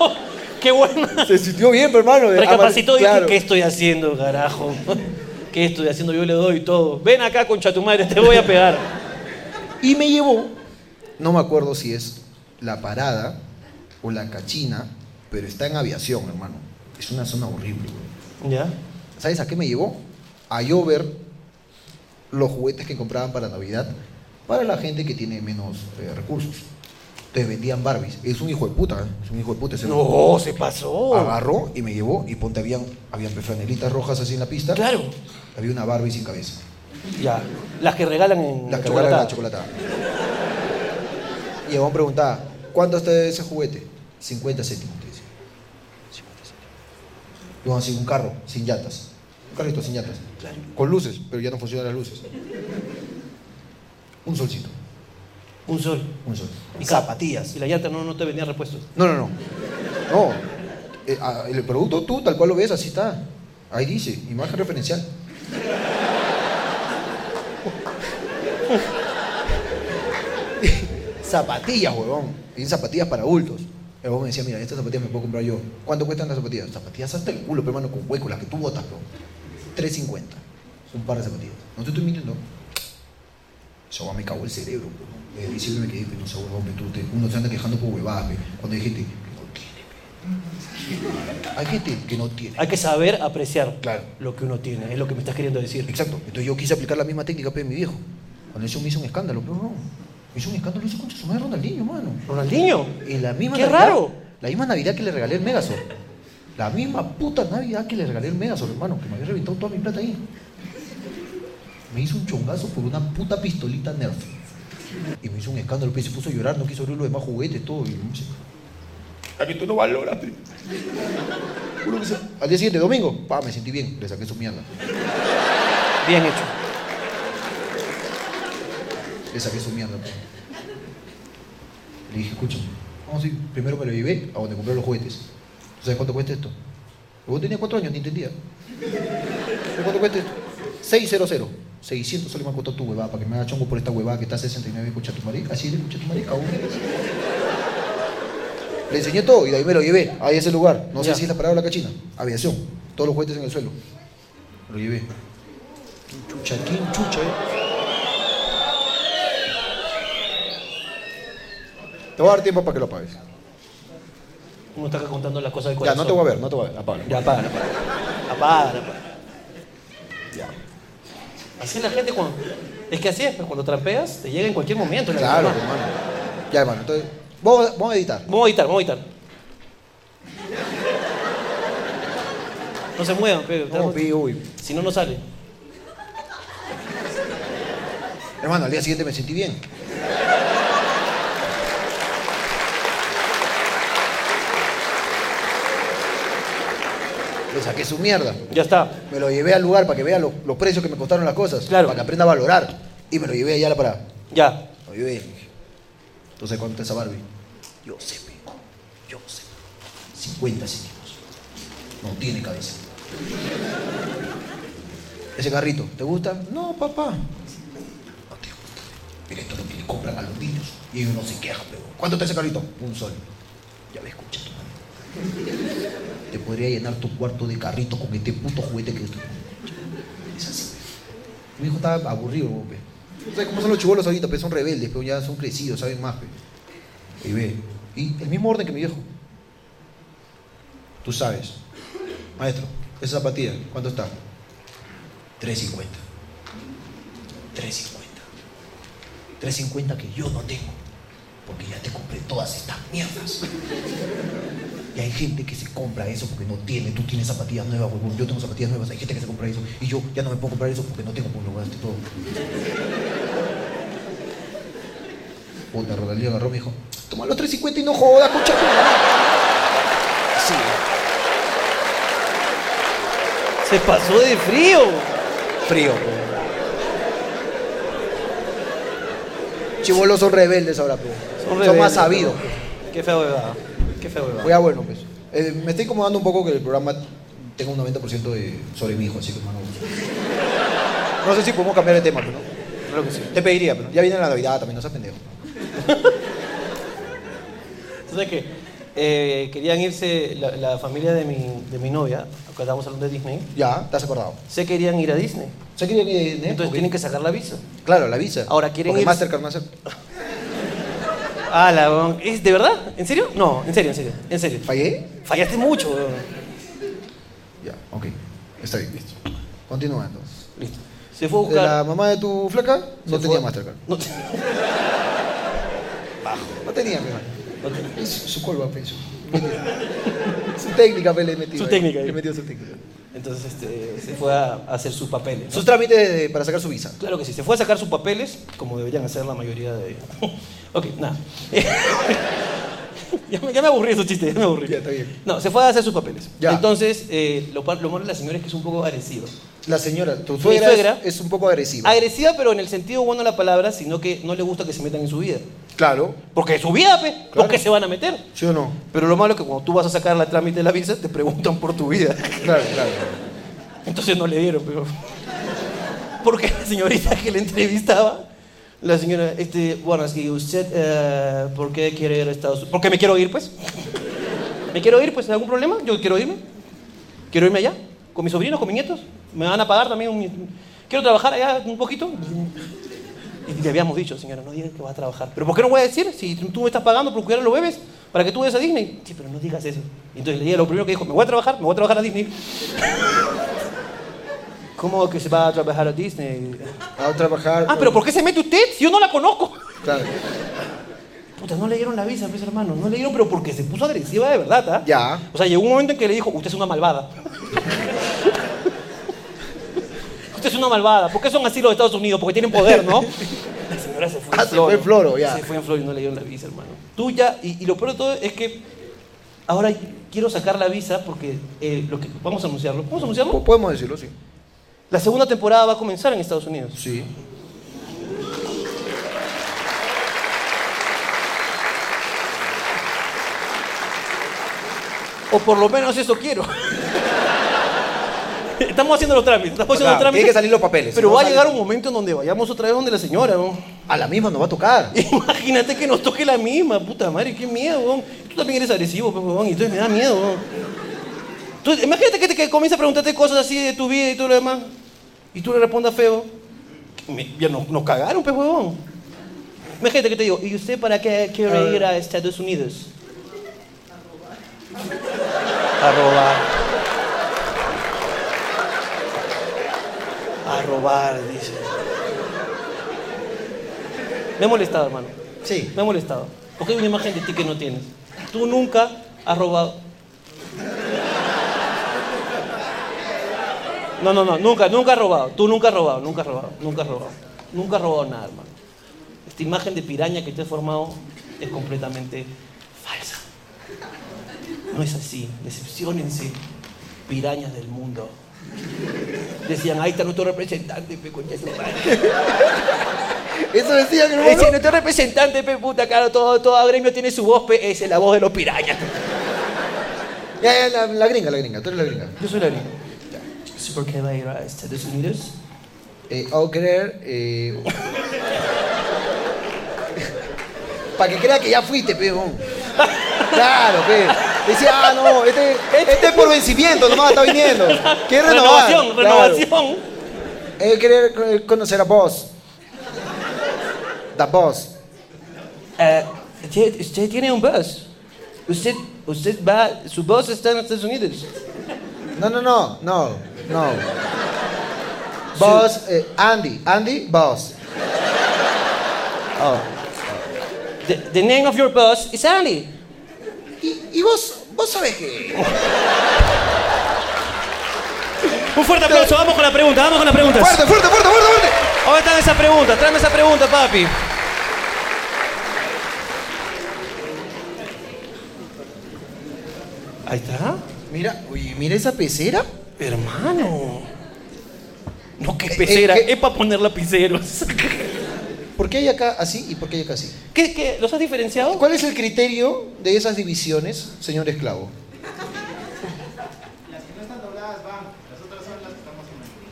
[SPEAKER 1] qué bueno.
[SPEAKER 2] se sintió bien, pero, hermano. de-
[SPEAKER 1] Recapacitó y dijo,
[SPEAKER 2] claro.
[SPEAKER 1] ¿qué estoy haciendo, carajo? ¿Qué estoy haciendo? Yo le doy todo. Ven acá, concha tu madre, te voy a pegar.
[SPEAKER 2] Y me llevó, no me acuerdo si es la parada o la cachina, pero está en aviación, hermano. Es una zona horrible, güey.
[SPEAKER 1] ¿Ya?
[SPEAKER 2] ¿Sabes a qué me llevó? A yo ver los juguetes que compraban para Navidad para la gente que tiene menos eh, recursos. Entonces vendían Barbies. Es un hijo de puta, ¿eh? es un hijo de puta. ese
[SPEAKER 1] No, se pasó.
[SPEAKER 2] Agarró y me llevó y ponte, habían, habían franelitas rojas así en la pista.
[SPEAKER 1] Claro.
[SPEAKER 2] Había una Barbie sin cabeza.
[SPEAKER 1] Ya. Las que regalan en
[SPEAKER 2] La chocolate,
[SPEAKER 1] chocolatada.
[SPEAKER 2] la chocolatada. Y el hombre preguntaba, ¿cuánto está ese juguete? 50 céntimos, te decía. 50 céntimos. Y vamos a decir, un carro, sin llantas. Un carrito sin llantas. Con luces, pero ya no funcionan las luces. Un solcito,
[SPEAKER 1] Un sol.
[SPEAKER 2] un sol.
[SPEAKER 1] Y zapatillas. Y la llanta no, no te vendía repuestos.
[SPEAKER 2] No, no, no. No. Eh, ah, el producto tú, tal cual lo ves, así está. Ahí dice, imagen referencial. zapatillas, huevón. Y zapatillas para adultos. El huevón me decía, mira, estas zapatillas me puedo comprar yo. ¿Cuánto cuestan las zapatillas? Zapatillas hasta el culo, pero hermano, con hueco, las que tú botas, huevón. 3.50. Un par de zapatillas. No te estoy mintiendo. Eso va, me cagó el cerebro. po. Eh, y siempre me quedé, pero no sé, huevón, pe, tú te- uno se anda quejando por huevadas. pe. Cuando hay gente que no tiene. pe. Hay gente que no tiene.
[SPEAKER 1] Hay que saber apreciar
[SPEAKER 2] Claro.
[SPEAKER 1] lo que uno tiene. Es lo que me estás queriendo decir.
[SPEAKER 2] Exacto. Entonces yo quise aplicar la misma técnica, pero mi viejo. Cuando eso me hizo un escándalo, pero no. Me hizo un escándalo, hizo concha su madre Ronaldinho, mano.
[SPEAKER 1] Ronaldinho.
[SPEAKER 2] Y la misma
[SPEAKER 1] ¡Qué
[SPEAKER 2] Navidad-
[SPEAKER 1] raro!
[SPEAKER 2] La misma Navidad que le regalé el Megazord. La misma puta Navidad que le regalé el Megazord, hermano, que me había reventado toda mi plata ahí. Me hizo un chongazo por una puta pistolita Nerf. Y me hizo un escándalo, pues, se puso a llorar, no quiso abrir los demás juguetes, todo. Y no sé. "A que tú no valoras, pe". Juro que sí. Al día siguiente, domingo, pa, me sentí bien, le saqué su mierda.
[SPEAKER 1] Bien hecho.
[SPEAKER 2] Le saqué su mierda. pues. Le dije, escúchame, vamos a ir primero para Vivet, a donde compré los juguetes. ¿Tú sabes cuánto cuesta esto? Vos tenías cuatro años, ni entendía. ¿Sabes cuánto cuesta esto? 600. 600 soles me ha costado tu huevada, para que me haga chongo por esta huevada que está a 69 escucha tu marica. Así le escucha tu marica, aún. Le enseñé todo y de ahí me lo llevé, ahí a ese lugar. No
[SPEAKER 1] Ya.
[SPEAKER 2] sé si es la palabra cachina. Aviación. Todos los juguetes en el suelo. Lo llevé. ¿Quién chucha? ¿Quién chucha? eh? Te voy a dar tiempo para que lo apagues.
[SPEAKER 1] Uno está acá contando las cosas del
[SPEAKER 2] Ya,
[SPEAKER 1] corazón.
[SPEAKER 2] no te voy a ver, no te voy a ver. Apágalo.
[SPEAKER 1] Ya, Ah, apaga, apaga. Apaga, apaga. Así es la gente cuando. Es que así es, pues, cuando trampeas, te llega en cualquier momento. la
[SPEAKER 2] Claro,
[SPEAKER 1] verdad.
[SPEAKER 2] hermano. Ya, hermano, entonces. Vamos, a- vamos a editar.
[SPEAKER 1] Vamos a editar, vamos a editar. No se muevan, pero.
[SPEAKER 2] No, pi, uy.
[SPEAKER 1] Si no, no sale.
[SPEAKER 2] Hermano, al día siguiente me sentí bien. Le saqué su mierda.
[SPEAKER 1] Ya está.
[SPEAKER 2] Me lo llevé al lugar para que vea lo- los precios que me costaron las cosas.
[SPEAKER 1] Claro.
[SPEAKER 2] Para que aprenda a valorar. Y me lo llevé allá a la parada.
[SPEAKER 1] Ya.
[SPEAKER 2] Lo llevé. Entonces, ¿cuánto está esa Barbie? Yo sé, pe. Yo sé. 50 céntimos. No tiene cabeza. Ese carrito, ¿te gusta? No, papá. No te gusta. Pero esto es lo que le compran a los niños. Y ellos no se quejan, pero. ¿Cuánto está ese carrito? Un sol. Ya me escucha tu madre. Te podría llenar tu cuarto de carrito con este puto juguete que estoy. Es así, pe. Mi hijo estaba aburrido, pe. ¿Sabes cómo son los chibolos ahorita? Pe? Son rebeldes, pero ya son crecidos, saben más, pe. Y ve. Y el mismo orden que mi viejo. Tú sabes. Maestro, esa zapatilla, ¿cuánto está? 3.50. 3.50. 3.50 que yo no tengo. Porque ya te compré todas estas mierdas. Y hay gente que se compra eso porque no tiene. Tú tienes zapatillas nuevas, huevón. Yo tengo zapatillas nuevas. Hay gente que se compra eso. Y yo ya no me puedo comprar eso porque no tengo por lo gasto y todo. Puta, Rodalío agarró me dijo, toma los 3.50 y no jodas, escucha tu madre". Sí.
[SPEAKER 1] Se pasó de frío.
[SPEAKER 2] Frío. Chivolos son rebeldes ahora, pues. Son,
[SPEAKER 1] rebeldes,
[SPEAKER 2] más sabidos.
[SPEAKER 1] pero- Qué feo huevada. Qué feo
[SPEAKER 2] pues.
[SPEAKER 1] huevada.
[SPEAKER 2] Ya bueno, pues. Eh, me está incomodando un poco que el programa tenga un 90% de sobre mi hijo, así que hermano. No sé si podemos cambiar de tema, pero no. Creo que sí. Te pediría, pero ya viene la Navidad también, no seas pendejo.
[SPEAKER 1] ¿Tú sabes qué? Eh, querían irse la, la familia de mi, de mi novia, acá estamos hablando de Disney,
[SPEAKER 2] Ya, te has acordado.
[SPEAKER 1] se querían ir a Disney.
[SPEAKER 2] ¿Se quieren ir de- de-
[SPEAKER 1] Entonces
[SPEAKER 2] Eh, ok.
[SPEAKER 1] tienen que sacar la visa.
[SPEAKER 2] Claro, la visa.
[SPEAKER 1] Ahora quieren
[SPEAKER 2] Porque
[SPEAKER 1] ir-
[SPEAKER 2] Mastercard no acepta.
[SPEAKER 1] Ah, la huevón. ¿Es de verdad? ¿En serio? No, en serio, en serio, en serio.
[SPEAKER 2] ¿Fallé?
[SPEAKER 1] Fallaste mucho, huevón.
[SPEAKER 2] Ya, ok. Está bien, listo. Continúa entonces.
[SPEAKER 1] Listo. Se fue a
[SPEAKER 2] De
[SPEAKER 1] buscar.
[SPEAKER 2] la mamá de tu flaca no
[SPEAKER 1] se
[SPEAKER 2] tenía
[SPEAKER 1] fue-
[SPEAKER 2] Mastercard.
[SPEAKER 1] No-
[SPEAKER 2] No tenía, pe, mano. Es su colva, pe, su, su técnica, pe, le metió.
[SPEAKER 1] Su
[SPEAKER 2] ahí.
[SPEAKER 1] técnica, ahí.
[SPEAKER 2] Le metió su técnica.
[SPEAKER 1] Entonces este, se fue a hacer sus papeles. ¿no?
[SPEAKER 2] Sus trámites de- para sacar su visa.
[SPEAKER 1] Claro que sí, se fue a sacar sus papeles, como deberían hacer la mayoría de... ok, nada. ya, me, ya me aburrí esos chistes, ya me aburrí.
[SPEAKER 2] Ya, está bien.
[SPEAKER 1] No, se fue a hacer sus papeles.
[SPEAKER 2] Ya.
[SPEAKER 1] Entonces, eh, lo, pa- lo malo de la señora es que es un poco agresiva.
[SPEAKER 2] La señora, tu suegra, es-
[SPEAKER 1] suegra-
[SPEAKER 2] es, un poco agresiva.
[SPEAKER 1] Agresiva, pero en el sentido bueno de la palabra, sino que no le gusta que se metan en su vida.
[SPEAKER 2] Claro.
[SPEAKER 1] Porque es su vida, pe. ¿Por
[SPEAKER 2] Claro.
[SPEAKER 1] qué se van a meter?
[SPEAKER 2] ¿Sí o no?
[SPEAKER 1] Pero lo malo es que cuando tú vas a sacar la trámite de la visa, te preguntan por tu vida.
[SPEAKER 2] Claro, claro.
[SPEAKER 1] Entonces no le dieron, pero. Porque la señorita que le entrevistaba, la señora, este, bueno, es que usted, eh, ¿por qué quiere ir a Estados Unidos? Porque me quiero ir, pues. ¿Me quiero ir, pues? ¿Algún problema? Yo quiero irme. Quiero irme allá, con mis sobrinos, con mis nietos. Me van a pagar también. un- Quiero trabajar allá un poquito. Y le habíamos dicho, señora, no digas que vas a trabajar. ¿Pero por qué no voy a decir? Si tú me estás pagando por cuidar a los bebés, para que tú vayas a Disney. Sí, pero no digas eso. Y entonces le dije lo primero que dijo, me voy a trabajar, me voy a trabajar a Disney. ¿Cómo que se va a trabajar a Disney?
[SPEAKER 2] A trabajar.
[SPEAKER 1] Ah, pero ¿por qué se mete usted si yo no la conozco?
[SPEAKER 2] Claro.
[SPEAKER 1] Puta, no le dieron la visa, mis hermanos. No le dieron, pero porque se puso agresiva de verdad, ¿ah?
[SPEAKER 2] Ya.
[SPEAKER 1] O sea, llegó un momento en que le dijo, usted es una malvada. usted es una malvada. ¿Por qué son así los de Estados Unidos? Porque tienen poder, ¿no? La señora se fue
[SPEAKER 2] Ah, se fue en floro, ya.
[SPEAKER 1] Se fue en floro y no le dieron la visa, hermano. Tú ya, y, y lo peor de todo es que ahora quiero sacar la visa porque eh, lo que, vamos a anunciarlo. ¿Vamos a anunciarlo?
[SPEAKER 2] Po- Podemos decirlo, sí.
[SPEAKER 1] La segunda temporada va a comenzar en Estados Unidos.
[SPEAKER 2] Sí.
[SPEAKER 1] O por lo menos eso quiero. estamos haciendo los trámites, estamos haciendo
[SPEAKER 2] Claro,
[SPEAKER 1] los trámites.
[SPEAKER 2] tiene que salir los papeles,
[SPEAKER 1] Pero
[SPEAKER 2] si no
[SPEAKER 1] va a
[SPEAKER 2] sale-
[SPEAKER 1] llegar un momento en donde vayamos otra vez donde la señora, ¿no?
[SPEAKER 2] A la misma nos va a tocar.
[SPEAKER 1] Imagínate que nos toque la misma, puta madre, qué miedo, weón. Tú también eres agresivo, pe, weón, y entonces me da miedo, weón. Tú- imagínate que te que comienza a preguntarte cosas así de tu vida y todo lo demás, y tú le respondas feo. Me- ya nos, nos cagaron, pe, weón. Imagínate que te digo, ¿y usted para qué quiere ir a Estados Unidos? A robar. A robar, dice. Me he molestado, hermano.
[SPEAKER 2] Sí.
[SPEAKER 1] Me ha molestado. Porque hay una imagen de ti que no tienes. Tú nunca has robado. No, no, no, nunca, nunca has robado. Tú nunca has robado, nunca has robado, nunca has robado. Nunca has robado nada, hermano. Esta imagen de piraña que te has formado es completamente falsa. No es así. Decepciónense, pirañas del mundo. Decían, ahí está nuestro representante, pe, concha de su madre".
[SPEAKER 2] Eso decía que
[SPEAKER 1] Ese nuestro representante, pe puta, claro, todo, todo gremio tiene su voz, pe, esa es la voz de los pirañas.
[SPEAKER 2] Ya, ya, la, la gringa, la gringa. Tú eres la gringa.
[SPEAKER 1] Yo soy la gringa. Sí, ¿Por qué va a ir a Estados Unidos?
[SPEAKER 2] Eh, hago creer. eh, Para que crea que ya fuiste, peón. Claro, pe. Decía, ah, no, este, este es por vencimiento, nomás está viniendo. Quiere renovar.
[SPEAKER 1] Renovación,
[SPEAKER 2] Claro.
[SPEAKER 1] renovación.
[SPEAKER 2] Él quiere co- conocer a vos. Da vos.
[SPEAKER 1] Eh, usted, usted tiene un bus. Usted, usted va, su bus está en Estados Unidos.
[SPEAKER 2] No, no, no, no, no. Vos, eh, Andy, Andy, vos. Oh.
[SPEAKER 1] The, the name of your bus is Andy.
[SPEAKER 2] Y, y vos, vos sabés que.
[SPEAKER 5] Un fuerte aplauso, vamos con la pregunta, vamos con las preguntas.
[SPEAKER 2] Fuerte, fuerte, fuerte, fuerte, fuerte.
[SPEAKER 1] ¿Dónde están esas preguntas? Tráeme esa pregunta, papi. Ahí está.
[SPEAKER 2] Mira, oye, mira esa pecera.
[SPEAKER 1] Hermano. No, que pecera.
[SPEAKER 2] eh, que-
[SPEAKER 1] Es para poner lapiceros.
[SPEAKER 2] ¿Por qué hay acá así y por qué hay acá así?
[SPEAKER 1] ¿Qué, qué? ¿Los has diferenciado?
[SPEAKER 2] ¿Cuál es el criterio de esas divisiones, señor esclavo?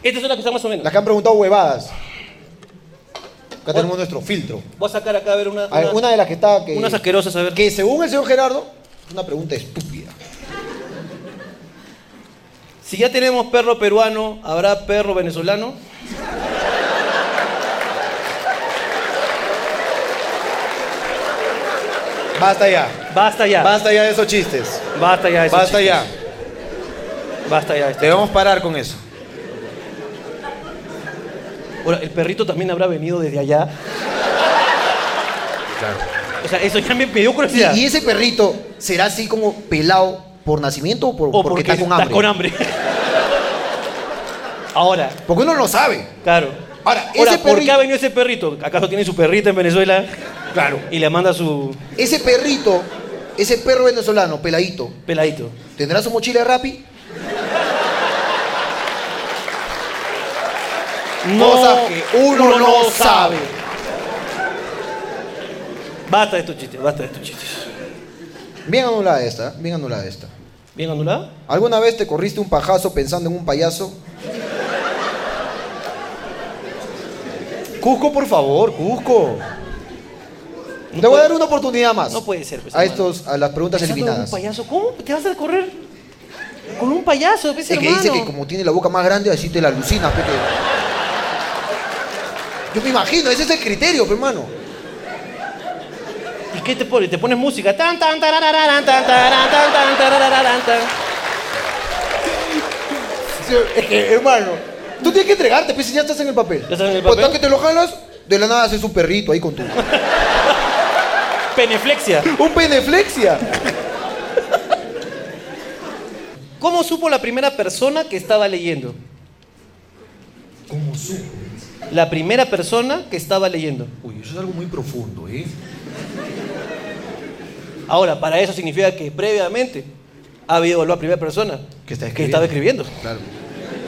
[SPEAKER 1] Estas son las que están más o menos.
[SPEAKER 2] Las que han preguntado huevadas. Acá tenemos nuestro filtro.
[SPEAKER 1] Voy a sacar acá a ver una.
[SPEAKER 2] A ver,
[SPEAKER 1] una-
[SPEAKER 2] Ah, una de las que está que,
[SPEAKER 1] Unas asquerosas, a ver.
[SPEAKER 2] que según el señor Gerardo, es una pregunta estúpida.
[SPEAKER 1] Si ya tenemos perro peruano, ¿habrá perro venezolano?
[SPEAKER 2] Basta ya.
[SPEAKER 1] Basta ya.
[SPEAKER 2] Basta ya de esos chistes.
[SPEAKER 1] Basta ya. de esos
[SPEAKER 2] Basta ya.
[SPEAKER 1] chistes. Basta ya. este. de esto.
[SPEAKER 2] Debemos parar con eso.
[SPEAKER 1] Ahora, el perrito también habrá venido desde allá.
[SPEAKER 2] Claro.
[SPEAKER 1] O sea, eso ya me, me dio
[SPEAKER 2] Y,
[SPEAKER 1] curiosidad.
[SPEAKER 2] y ese perrito será así como pelado por nacimiento o, por-
[SPEAKER 1] o
[SPEAKER 2] porque,
[SPEAKER 1] porque,
[SPEAKER 2] está con
[SPEAKER 1] estás
[SPEAKER 2] hambre.
[SPEAKER 1] con hambre. Ahora,
[SPEAKER 2] Porque uno no lo sabe.
[SPEAKER 1] claro.
[SPEAKER 2] Ahora,
[SPEAKER 1] Ahora,
[SPEAKER 2] ese
[SPEAKER 1] ¿por qué
[SPEAKER 2] perrito-
[SPEAKER 1] ha venido ese perrito? ¿Acaso tiene su perrita en Venezuela? Claro. Y le manda su
[SPEAKER 2] Ese perrito, ese perro venezolano, peladito,
[SPEAKER 1] peladito.
[SPEAKER 2] ¿tendrá su mochila de Rappi? Cosas que uno no sabe.
[SPEAKER 1] Basta de estos chistes, basta de estos chistes.
[SPEAKER 2] Bien anulada esta, bien anulada esta.
[SPEAKER 1] ¿Bien anulado?
[SPEAKER 2] ¿Alguna vez te corriste un pajazo pensando en un payaso? Cusco, por favor, Cusco. Le voy a dar una oportunidad más.
[SPEAKER 1] No puede ser, pues,
[SPEAKER 2] A,
[SPEAKER 1] hermano.
[SPEAKER 2] estos, a las preguntas
[SPEAKER 1] Pensando en
[SPEAKER 2] eliminadas.
[SPEAKER 1] un payaso? ¿Cómo te vas a correr con un payaso? Pues,
[SPEAKER 2] Es que
[SPEAKER 1] hermano.
[SPEAKER 2] dice que como tiene la boca más grande, así te la alucinas. pe, que- Yo me imagino, ese es el criterio, pe, hermano.
[SPEAKER 1] ¿Y qué te pones? Te pones música. Tan, tan, tarararán, tan, tararán, tan, tan, tarararán, tan.
[SPEAKER 2] Sí, Es que, hermano, tú tienes que entregarte, pues si ya estás en el papel.
[SPEAKER 1] Ya estás en el
[SPEAKER 2] Por
[SPEAKER 1] papel.
[SPEAKER 2] tanto que te lo jalas, de la nada haces un perrito ahí con tu...
[SPEAKER 1] Peneflexia.
[SPEAKER 2] ¡Un peneflexia!
[SPEAKER 1] ¿Cómo supo la primera persona que estaba leyendo?
[SPEAKER 2] ¿Cómo supo?
[SPEAKER 1] La primera persona que estaba leyendo.
[SPEAKER 2] Uy, eso es algo muy profundo, ¿eh?
[SPEAKER 1] Ahora, para eso significa que previamente ha habido la primera persona
[SPEAKER 2] Que está
[SPEAKER 1] que estaba escribiendo.
[SPEAKER 2] Claro.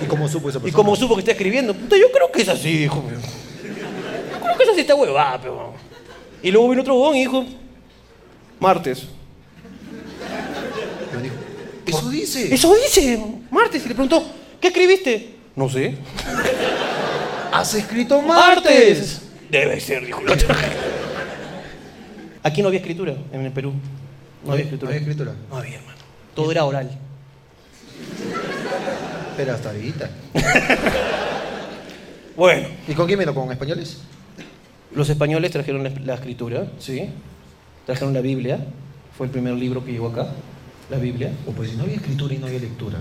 [SPEAKER 2] ¿Y cómo supo esa
[SPEAKER 1] ¿Y cómo supo que está escribiendo? Puta, yo creo que es así, hijo. pe. Yo creo que es así esta huevada, pero. Y luego vino otro huevón y dijo, martes.
[SPEAKER 2] Me dijo, Eso dice.
[SPEAKER 1] Eso dice, martes. Y le preguntó, ¿qué escribiste? No sé.
[SPEAKER 2] ¿Has escrito martes?
[SPEAKER 1] ¡Martes! Debe ser, dijo el otro. Aquí no había escritura, en el Perú. No Ah. había escritura.
[SPEAKER 2] No había escritura.
[SPEAKER 1] No había, hermano. Todo era oral.
[SPEAKER 2] Pero hasta ahorita.
[SPEAKER 1] Bueno.
[SPEAKER 2] ¿Y con quién vino? ¿Con españoles?
[SPEAKER 1] Los españoles trajeron la, la escritura, sí. Trajeron la Biblia. Fue el primer libro que llegó acá, la Biblia.
[SPEAKER 2] O pues si no había escritura y no había lectura,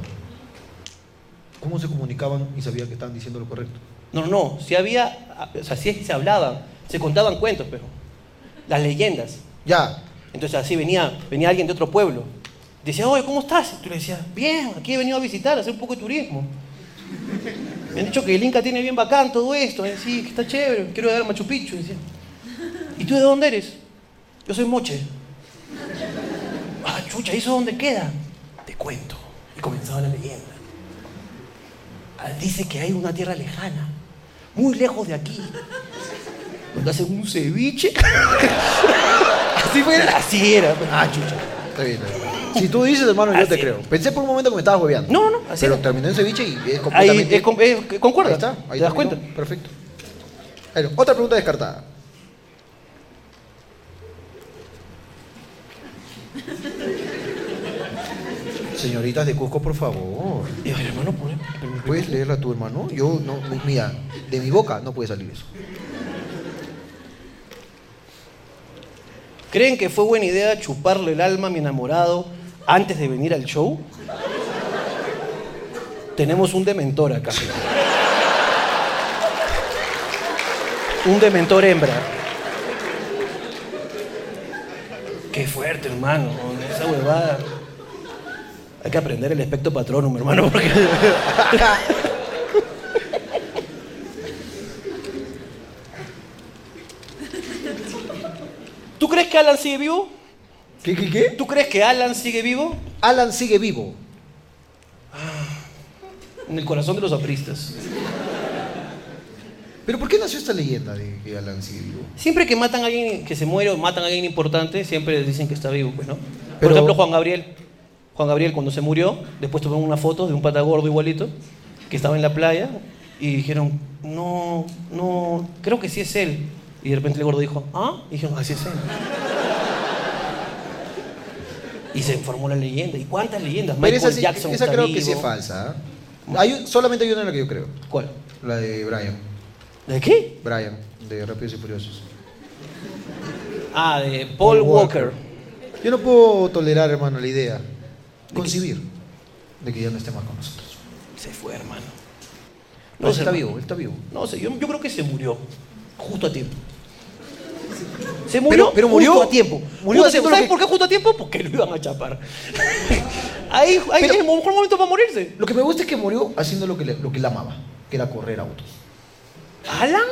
[SPEAKER 2] ¿cómo se comunicaban y sabían que estaban diciendo lo correcto?
[SPEAKER 1] No, no, si había, o sea, sí se hablaban, se contaban cuentos, pero las leyendas.
[SPEAKER 2] Ya.
[SPEAKER 1] Entonces así venía, venía alguien de otro pueblo. Decía, oye, ¿cómo estás? Y tú le decías, bien, aquí he venido a visitar, a hacer un poco de turismo. Me han dicho que el Inca tiene bien bacán todo esto. Y sí, que está chévere, quiero ir a Machu Picchu. Y decía, ¿y tú de dónde eres? Yo soy Moche. Ah, chucha, ¿y eso dónde queda? Te cuento. Y comenzaba la leyenda. Ah, Dice que hay una tierra lejana, muy lejos de aquí, donde hacen un ceviche. así fue, así era. pues.
[SPEAKER 2] Ah, chucha. Está bien, está bien. Si tú dices, hermano, yo
[SPEAKER 1] Así
[SPEAKER 2] te
[SPEAKER 1] es.
[SPEAKER 2] creo. Pensé por un momento que me estabas hueveando.
[SPEAKER 1] No, no, así
[SPEAKER 2] Pero
[SPEAKER 1] es.
[SPEAKER 2] terminó en ceviche y es
[SPEAKER 1] Ahí,
[SPEAKER 2] completamente...
[SPEAKER 1] es con- es- concuerda,
[SPEAKER 2] Ahí está. ahí
[SPEAKER 1] ¿te das
[SPEAKER 2] terminó.
[SPEAKER 1] cuenta?
[SPEAKER 2] Perfecto. Bueno, otra pregunta descartada. Señoritas de Cusco, por favor.
[SPEAKER 1] Y yo, hermano, por- pero-
[SPEAKER 2] ¿Puedes leerla tú, hermano? Yo no, mira, de mi boca no puede salir eso.
[SPEAKER 1] ¿creen que fue buena idea chuparle el alma a mi enamorado antes de venir al show? Tenemos un dementor acá. un dementor hembra. Qué fuerte, hermano, esa huevada. Hay que aprender el espectro patronum, hermano, porque... ¿Tú crees que Alan sigue vivo?
[SPEAKER 2] ¿Qué, qué, qué?
[SPEAKER 1] ¿Tú crees que Alan sigue vivo?
[SPEAKER 2] Alan sigue vivo.
[SPEAKER 1] En el corazón de los apristas.
[SPEAKER 2] ¿Pero por qué nació esta leyenda de que Alan sigue vivo?
[SPEAKER 1] Siempre que matan a alguien que se muere o matan a alguien importante, siempre les dicen que está vivo, pues, ¿no? Por
[SPEAKER 2] Pero-
[SPEAKER 1] ejemplo, Juan Gabriel. Juan Gabriel cuando se murió, después tomaron una foto de un pata gordo igualito que estaba en la playa y dijeron, no, no, creo que sí es él. Y de repente el gordo dijo, ¿ah? Y dijeron, así es él. Y se formó la leyenda. ¿Y cuántas leyendas?
[SPEAKER 2] Pero
[SPEAKER 1] Michael
[SPEAKER 2] esa, sí-
[SPEAKER 1] Jackson
[SPEAKER 2] esa
[SPEAKER 1] está
[SPEAKER 2] creo que
[SPEAKER 1] vivo.
[SPEAKER 2] sí es falsa. ¿ah? Hay un- solamente hay una en la que yo creo.
[SPEAKER 1] ¿Cuál?
[SPEAKER 2] La de Brian.
[SPEAKER 1] ¿De qué?
[SPEAKER 2] Brian, de Rápidos y Furiosos.
[SPEAKER 1] Ah, de Paul,
[SPEAKER 2] Paul Walker.
[SPEAKER 1] Walker.
[SPEAKER 2] Yo no puedo tolerar, hermano, la idea. Concibir de que ya no esté más con nosotros.
[SPEAKER 1] Se fue, hermano.
[SPEAKER 2] No, él
[SPEAKER 1] sé,
[SPEAKER 2] está
[SPEAKER 1] hermano.
[SPEAKER 2] vivo, él está vivo.
[SPEAKER 1] No sé, yo, yo creo que se murió justo a tiempo. Se murió,
[SPEAKER 2] Pero- pero murió-
[SPEAKER 1] justo a tiempo.
[SPEAKER 2] murió
[SPEAKER 1] Justo a
[SPEAKER 2] haciendo
[SPEAKER 1] tiempo.
[SPEAKER 2] lo
[SPEAKER 1] ¿Sabes
[SPEAKER 2] que-
[SPEAKER 1] por qué justo a tiempo? Porque lo iban a chapar. ahí ahí es el mejor momento para morirse.
[SPEAKER 2] Lo que me gusta es que murió haciendo lo que, le- lo que él amaba, que era correr autos.
[SPEAKER 1] ¿Alan?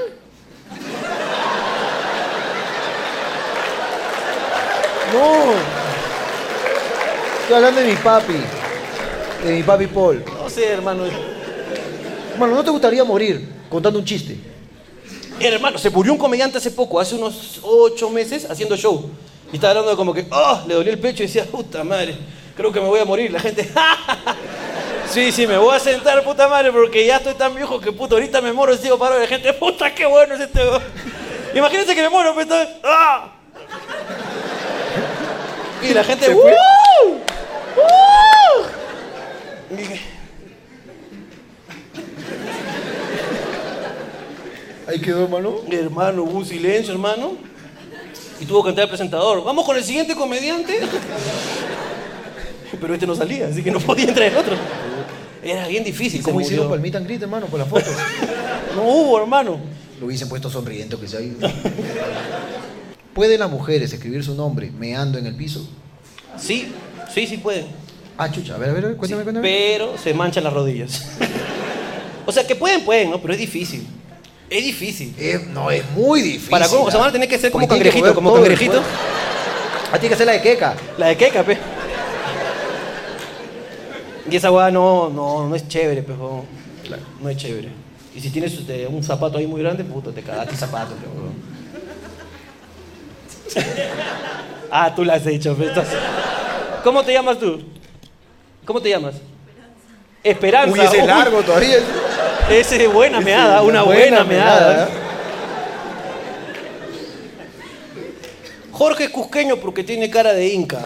[SPEAKER 6] No. Estoy hablando de mi papi. De mi papi Paul.
[SPEAKER 1] No sé, hermano.
[SPEAKER 6] Bueno, ¿no te gustaría morir contando un chiste?
[SPEAKER 1] Hermano, se murió un comediante hace poco, hace unos ocho meses, haciendo show. Y estaba hablando de como que, ¡ah! le dolió el pecho y decía, puta madre, creo que me voy a morir. La gente, ¡ja, ja, ja! Sí, sí, me voy a sentar, puta madre, porque ya estoy tan viejo que puta, ahorita me muero, y sigo paro. Y La gente, puta, qué bueno es este. weón". Imagínense que me muero, pues entonces, ¡ah! Y la gente, ¡uh! ¡Uh! Y dije,
[SPEAKER 2] Ahí quedó, hermano.
[SPEAKER 1] Hermano, hubo un silencio, hermano. Y tuvo que entrar el presentador. Vamos con el siguiente comediante. Pero este no salía, así que no podía entrar el otro. Era bien difícil.
[SPEAKER 2] ¿Cómo
[SPEAKER 1] se
[SPEAKER 2] hicieron
[SPEAKER 1] murió.
[SPEAKER 2] para el meet and greet, hermano, con las fotos?
[SPEAKER 1] No hubo, hermano.
[SPEAKER 2] Lo hubiesen puesto sonriente que se ha ido. ¿Pueden las mujeres escribir su nombre meando en el piso?
[SPEAKER 1] Sí, sí, sí puede.
[SPEAKER 2] Ah, chucha, a ver, a ver,
[SPEAKER 1] Sí,
[SPEAKER 2] cuéntame, cuéntame.
[SPEAKER 1] pero se manchan las rodillas. O sea, que pueden, pueden, ¿no? Pero es difícil. Es difícil.
[SPEAKER 2] Eh, no, es muy difícil.
[SPEAKER 1] Para cómo, o sea, van a tener que ser como cangrejito, como cangrejito.
[SPEAKER 2] Ah, tiene que ser la de queca.
[SPEAKER 1] La de queca, pe. Y esa weá no, no, no es chévere, pe. huevón. No es chévere. Y si tienes este, un zapato ahí muy grande, puto, te cagaste el zapato, pe. huevón. ah, tú la has hecho, pe. Estás- ¿Cómo te llamas tú? ¿Cómo te llamas? Esperanza.
[SPEAKER 2] Uy, ese es
[SPEAKER 1] Uy,
[SPEAKER 2] largo todavía.
[SPEAKER 1] ese es buena meada, una buena, meada.
[SPEAKER 2] ¿eh?
[SPEAKER 1] Jorge Cusqueño porque tiene cara de inca.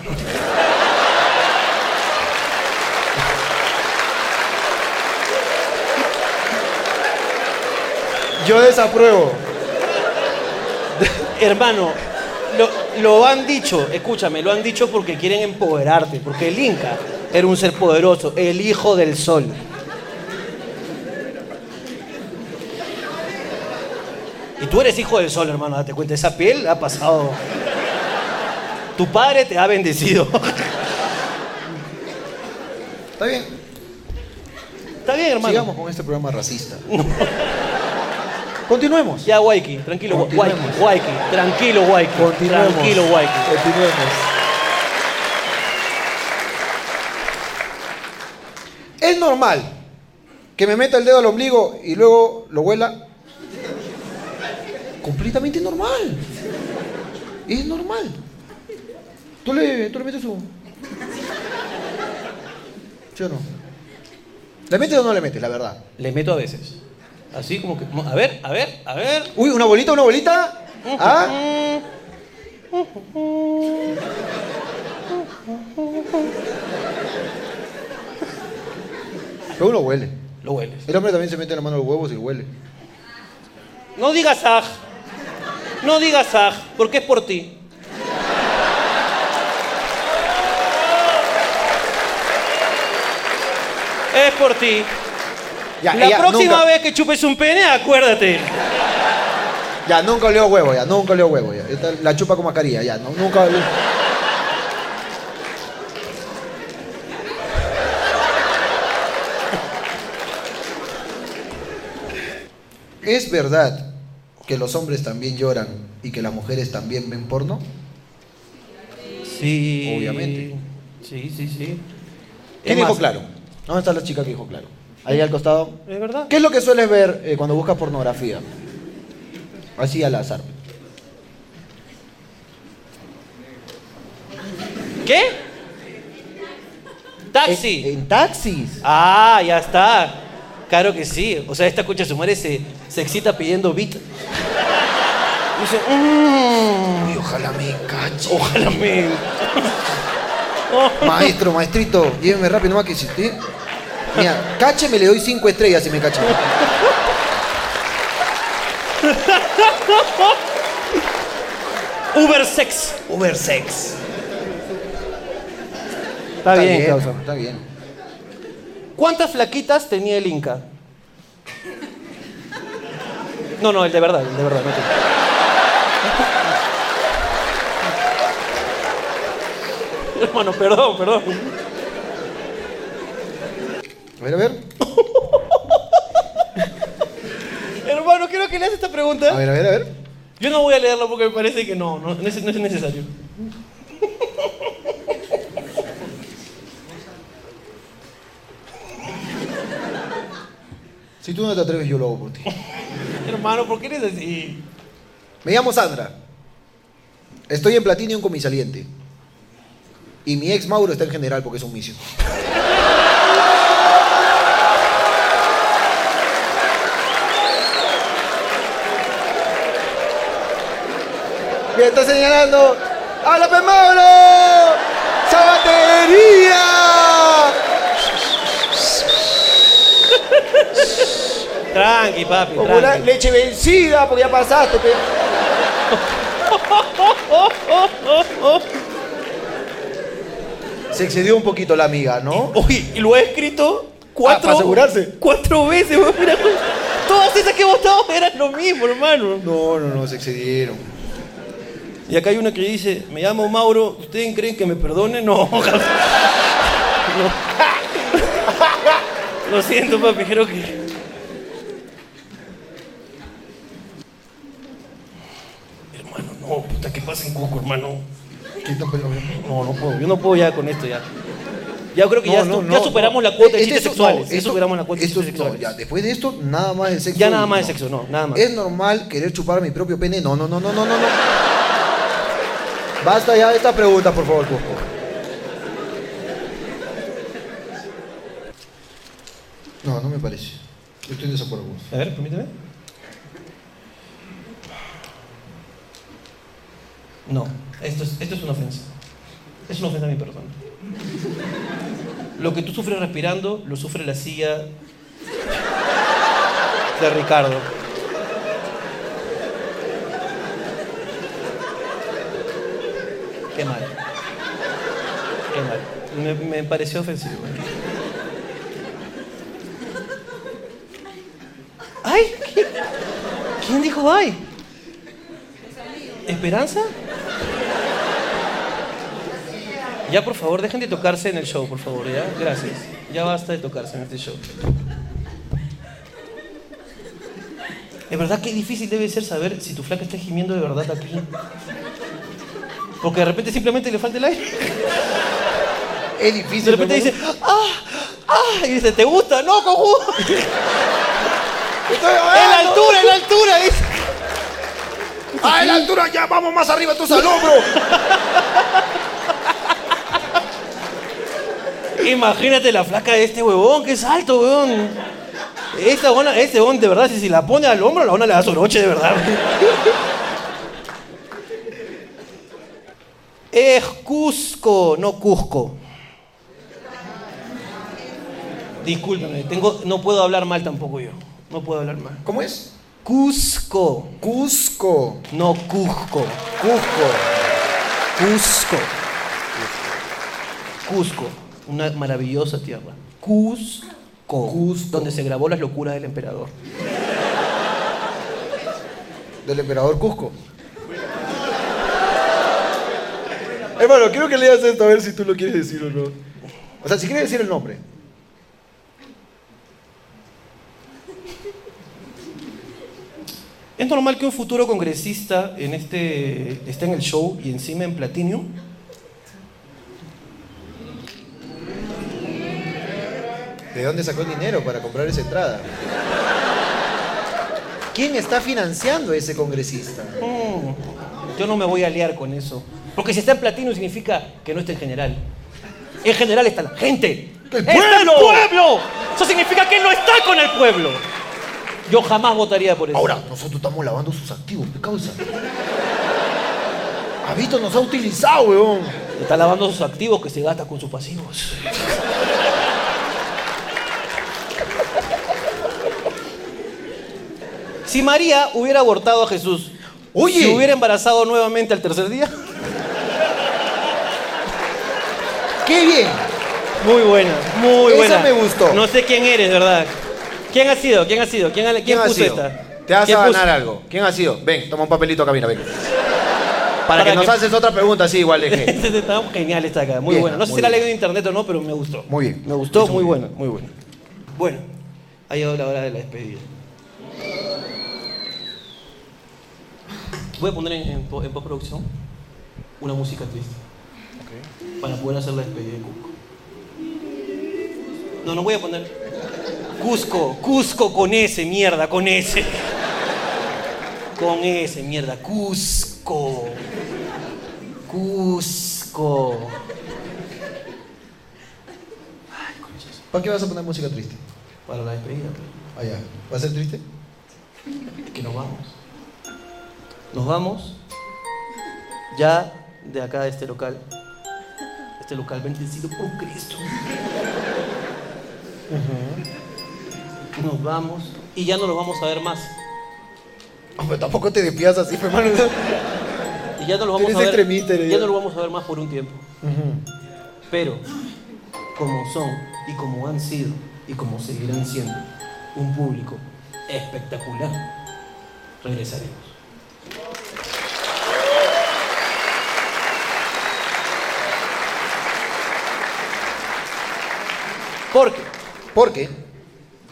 [SPEAKER 2] Yo desapruebo.
[SPEAKER 1] Hermano, lo, lo han dicho, escúchame, lo han dicho porque quieren empoderarte, porque el Inca era un ser poderoso, el hijo del sol. Y tú eres hijo del sol, hermano, date cuenta, esa piel ha pasado. Tu padre te ha bendecido.
[SPEAKER 2] Está bien,
[SPEAKER 1] Está bien, hermano.
[SPEAKER 2] sigamos con este programa racista.
[SPEAKER 6] Continuemos.
[SPEAKER 1] Ya, Waiki, tranquilo, Wa- Waiki,
[SPEAKER 2] Continuemos.
[SPEAKER 1] Waiki, tranquilo, Waiki,
[SPEAKER 6] Continuemos.
[SPEAKER 1] tranquilo, Waiki.
[SPEAKER 6] Continuemos.
[SPEAKER 2] ¿Es normal que me meta el dedo al ombligo y luego lo huela? Completamente normal. Es normal. Tú le, tú le metes un... ¿Sí o no? ¿Le metes o no le metes, la verdad?
[SPEAKER 1] Le meto a veces. Así como que, a ver, a ver, a ver.
[SPEAKER 2] Uy, una bolita, una bolita. ¿Ah? Pero uno huele.
[SPEAKER 1] Lo hueles.
[SPEAKER 2] El hombre también se mete la mano a los huevos y huele.
[SPEAKER 1] No digas aj. No digas aj, porque es por ti. Es por ti.
[SPEAKER 2] Ya,
[SPEAKER 1] La
[SPEAKER 2] ella
[SPEAKER 1] próxima
[SPEAKER 2] nunca-
[SPEAKER 1] vez que chupes un pene, acuérdate.
[SPEAKER 2] Ya, nunca oleo huevo, ya, nunca oleo huevo, ya. Esta- La chupa con mascarilla, ya, no, nunca oleo. ¿Es verdad que los hombres también lloran y que las mujeres también ven porno?
[SPEAKER 1] Sí.
[SPEAKER 2] Obviamente.
[SPEAKER 1] Sí, sí, sí. Es
[SPEAKER 2] ¿Quién
[SPEAKER 1] más,
[SPEAKER 2] dijo claro? ¿Dónde está la chica que dijo claro? Ahí al costado.
[SPEAKER 1] Es verdad.
[SPEAKER 2] ¿Qué es lo que sueles ver eh, cuando buscas pornografía? Así al azar.
[SPEAKER 1] ¿Qué? Taxi.
[SPEAKER 2] En, en taxis.
[SPEAKER 1] Ah, ya está. Claro que sí. O sea, esta concha de su madre se, se excita pidiendo beat. Dice, "Mm,
[SPEAKER 2] Uy, ojalá me cache.
[SPEAKER 1] ojalá me...
[SPEAKER 2] Maestro, maestrito, llévenme rápido, nomás que hiciste. Mira, cache me le doy cinco estrellas si me cacha.
[SPEAKER 1] Uber sex.
[SPEAKER 2] Uber sex.
[SPEAKER 1] Está, bien, causa.
[SPEAKER 2] Está bien.
[SPEAKER 1] ¿Cuántas flaquitas tenía el Inca? No, no, el de verdad, el de verdad. no te- hermano, perdón, perdón.
[SPEAKER 2] A ver, a ver.
[SPEAKER 1] Hermano, creo que le hace esta
[SPEAKER 2] A
[SPEAKER 1] pregunta.
[SPEAKER 2] ver, a ver, a ver.
[SPEAKER 1] Yo no voy a leerla porque me parece que no, no, no es, no es necesario.
[SPEAKER 2] Si tú no te atreves, yo lo hago por ti.
[SPEAKER 1] Hermano, ¿por qué eres así?
[SPEAKER 2] Me llamo Sandra. Estoy en Platinum con mi saliente. Y mi ex Mauro está en general porque es un misio. Me está señalando. ¡Habla, pe Mauro! ¡Sabatería!
[SPEAKER 1] Tranqui, papi,
[SPEAKER 2] Popular,
[SPEAKER 1] tranqui.
[SPEAKER 2] leche vencida porque ya pasaste, pe. Se excedió un poquito la amiga, ¿no?
[SPEAKER 1] Oye, y lo he escrito cuatro...
[SPEAKER 2] para asegurarse.
[SPEAKER 1] Cuatro veces, weón, mira, weón. Todas esas que he votado eran lo mismo, hermano.
[SPEAKER 2] No, no, no, se excedieron.
[SPEAKER 1] Y acá hay una que dice, me llamo Mauro, ¿ustedes creen que me perdone? No, jamás. no. Lo siento, papi, creo que... Hermano, no, puta, ¿qué pasa en Cuco, hermano? No, no puedo, yo no puedo ya con esto ya. Ya creo que ya, estu- ya superamos la cuota de
[SPEAKER 2] Este
[SPEAKER 1] chistes
[SPEAKER 2] eso-
[SPEAKER 1] sexuales.
[SPEAKER 2] no,
[SPEAKER 1] ya
[SPEAKER 2] esto-
[SPEAKER 1] superamos la cuota de
[SPEAKER 2] esto-
[SPEAKER 1] chistes
[SPEAKER 2] no,
[SPEAKER 1] sexuales.
[SPEAKER 2] ya, después de esto, nada más de sexo.
[SPEAKER 1] Ya nada más de
[SPEAKER 2] no.
[SPEAKER 1] sexo, no, nada más.
[SPEAKER 2] ¿Es normal querer chupar mi propio pene? No, no, no, no, no, no, no. Basta ya de estas preguntas, por favor, Cusco.
[SPEAKER 7] No, no me parece. Yo estoy en desacuerdo con eso.
[SPEAKER 1] A ver, permíteme. No, esto es, esto es una ofensa. Es una ofensa a mi persona. Lo que tú sufres respirando, lo sufre la silla de Ricardo. Qué mal. Qué mal. Me, me pareció ofensivo. ¿eh? ¡Ay! ¿Quién, quién dijo ay? ¿Esperanza? Ya, por favor, dejen de tocarse en el show, por favor, ¿ya? Gracias. Ya basta de tocarse en este show. Es verdad que difícil debe ser saber si tu flaca está gimiendo de verdad aquí. Porque de repente simplemente le falta el aire.
[SPEAKER 2] Es
[SPEAKER 1] Y
[SPEAKER 2] difícil.
[SPEAKER 1] de repente
[SPEAKER 2] pero-
[SPEAKER 1] dice, ¡ah! ¡ah! Y dice, ¿te gusta? ¡No, cojudo!
[SPEAKER 2] Estoy-
[SPEAKER 1] ¡En la
[SPEAKER 2] ¡Ah, no!
[SPEAKER 1] altura, en la altura! Dice.
[SPEAKER 2] ¡Ah, en la altura! ¡Ya vamos más arriba tus al hombro!
[SPEAKER 1] Imagínate la flaca de este huevón, que es alto, huevón. Esta buena, este huevón, de verdad, si, si la pone al hombro, la buena le da soroche, de verdad. Es Cusco, no Cusco. Discúlpame, tengo, no puedo hablar mal tampoco yo. No puedo hablar mal.
[SPEAKER 2] ¿Cómo es?
[SPEAKER 1] Cusco,
[SPEAKER 2] Cusco.
[SPEAKER 1] no Cusco.
[SPEAKER 2] Cusco.
[SPEAKER 1] Cusco. Cusco, una maravillosa tierra. Cusco,
[SPEAKER 2] Cusco.
[SPEAKER 1] donde se grabó las locuras del emperador.
[SPEAKER 2] Del emperador Cusco. Hermano, quiero que leas esto a ver si tú lo quieres decir o no. O sea, si quieres decir el nombre.
[SPEAKER 1] ¿Es normal que un futuro congresista en este esté en el show y encima en Platinum?
[SPEAKER 2] ¿De dónde sacó el dinero para comprar esa entrada? ¿Quién está financiando a ese congresista?
[SPEAKER 1] Mm, yo no me voy a liar con eso. Porque si está en Platinum significa que no está en general. En general está la gente.
[SPEAKER 2] ¡El
[SPEAKER 1] ¡Está el
[SPEAKER 2] pueblo!
[SPEAKER 1] pueblo! Eso significa que él no está con el pueblo. Yo jamás votaría por eso.
[SPEAKER 7] Ahora, nosotros estamos lavando sus activos, ¿qué causa? Ha visto, nos ha utilizado, weón.
[SPEAKER 1] Está lavando sus activos que se gasta con sus pasivos. Si María hubiera abortado a Jesús,
[SPEAKER 2] Oye.
[SPEAKER 1] si hubiera embarazado nuevamente al tercer día,
[SPEAKER 2] ¡Qué bien!
[SPEAKER 1] muy buena, muy buena.
[SPEAKER 2] Esa me gustó.
[SPEAKER 1] No sé quién eres, ¿verdad? ¿Quién ha sido? ¿Quién ha sido? ¿Quién, ha- quién puso esta?
[SPEAKER 2] Te vas
[SPEAKER 1] ¿Quién
[SPEAKER 2] a
[SPEAKER 1] puso?
[SPEAKER 2] ganar algo. ¿Quién ha sido? Ven, toma un papelito acá, mira, ven.
[SPEAKER 8] Para, que,
[SPEAKER 1] que-
[SPEAKER 8] nos haces otra pregunta, sí, igual de
[SPEAKER 1] Está genial esta acá, muy
[SPEAKER 8] Bien,
[SPEAKER 1] buena. No sé
[SPEAKER 8] muy
[SPEAKER 1] si la
[SPEAKER 8] bien.
[SPEAKER 1] leí en internet o no, pero me gustó.
[SPEAKER 8] Muy bien.
[SPEAKER 1] Me gustó,
[SPEAKER 8] Hizo
[SPEAKER 1] muy
[SPEAKER 8] muy
[SPEAKER 1] buena, muy buena. Bueno, ha llegado la hora de la despedida. Voy a poner en, en po- en postproducción una música triste. Para poder hacer la despedida de Cusco. No, no voy a poner. Cusco, Cusco con ese, mierda, con ese. Con ese, mierda, Cusco. Cusco.
[SPEAKER 2] ¿Para qué vas a poner música triste?
[SPEAKER 1] Para la despedida, pues,
[SPEAKER 2] Allá. ¿Va a ser triste?
[SPEAKER 1] que nos vamos. Nos vamos ya de acá, de este local. Este local bendecido por Cristo. Nos vamos y ya no nos vamos a ver más.
[SPEAKER 2] Hombre, Ah, tampoco te despidas así, pues, hermano.
[SPEAKER 1] Y ya no los vamos
[SPEAKER 2] Eres
[SPEAKER 1] a ver.
[SPEAKER 2] extremista, eres
[SPEAKER 1] ya
[SPEAKER 2] ya.
[SPEAKER 1] no los vamos a ver más por un tiempo. Pero, como son y como han sido y como seguirán siendo un público espectacular, regresaremos. Porque
[SPEAKER 2] Porque,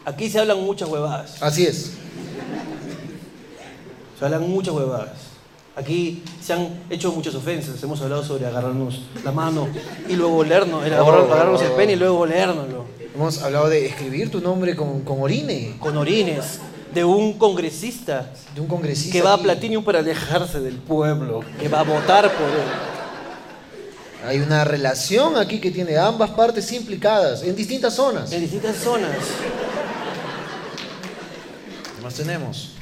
[SPEAKER 1] aquí se hablan muchas huevadas.
[SPEAKER 2] así es.
[SPEAKER 1] Se hablan muchas huevadas. Aquí se han hecho muchas ofensas. Hemos hablado sobre agarrarnos la mano y luego olernos, el agarrar-
[SPEAKER 2] Oh.
[SPEAKER 1] agarrarnos el pene y luego olérnoslo.
[SPEAKER 2] Hemos hablado de escribir tu nombre con, con orine,
[SPEAKER 1] Con orines de un congresista
[SPEAKER 2] de un congresista.
[SPEAKER 1] que va a
[SPEAKER 2] aquí.
[SPEAKER 1] Platinum para alejarse del pueblo, que va a votar por él.
[SPEAKER 2] Hay una relación aquí que tiene ambas partes implicadas en distintas zonas.
[SPEAKER 1] En distintas zonas.
[SPEAKER 2] ¿Qué más tenemos?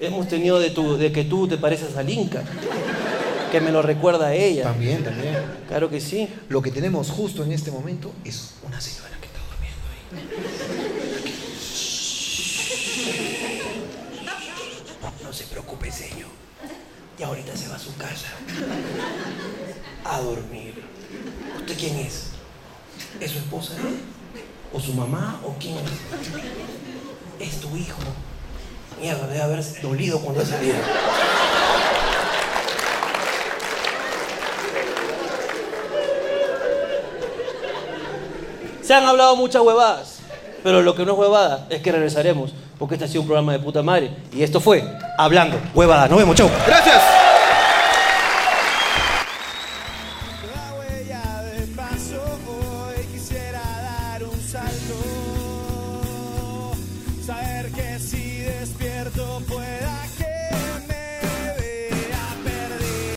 [SPEAKER 1] Hemos tenido de, tu- de que tú te pareces al Inca, que me lo recuerda a ella.
[SPEAKER 2] También, también.
[SPEAKER 1] Claro que sí.
[SPEAKER 2] Lo que tenemos justo en este momento es una señora que está durmiendo ahí.
[SPEAKER 1] No se preocupe, señor. Y ahorita se va a su casa. A dormir. ¿Usted quién es? ¿Es su esposa? eh? ¿O su mamá? ¿O quién es? Es tu hijo. Mierda, debe haberse dolido cuando ha salido. Se han hablado muchas huevadas, pero lo que no es huevada es que regresaremos, porque este ha sido un programa de puta madre. Y esto fue Hablando Huevadas. Nos vemos, chau.
[SPEAKER 8] ¡Gracias!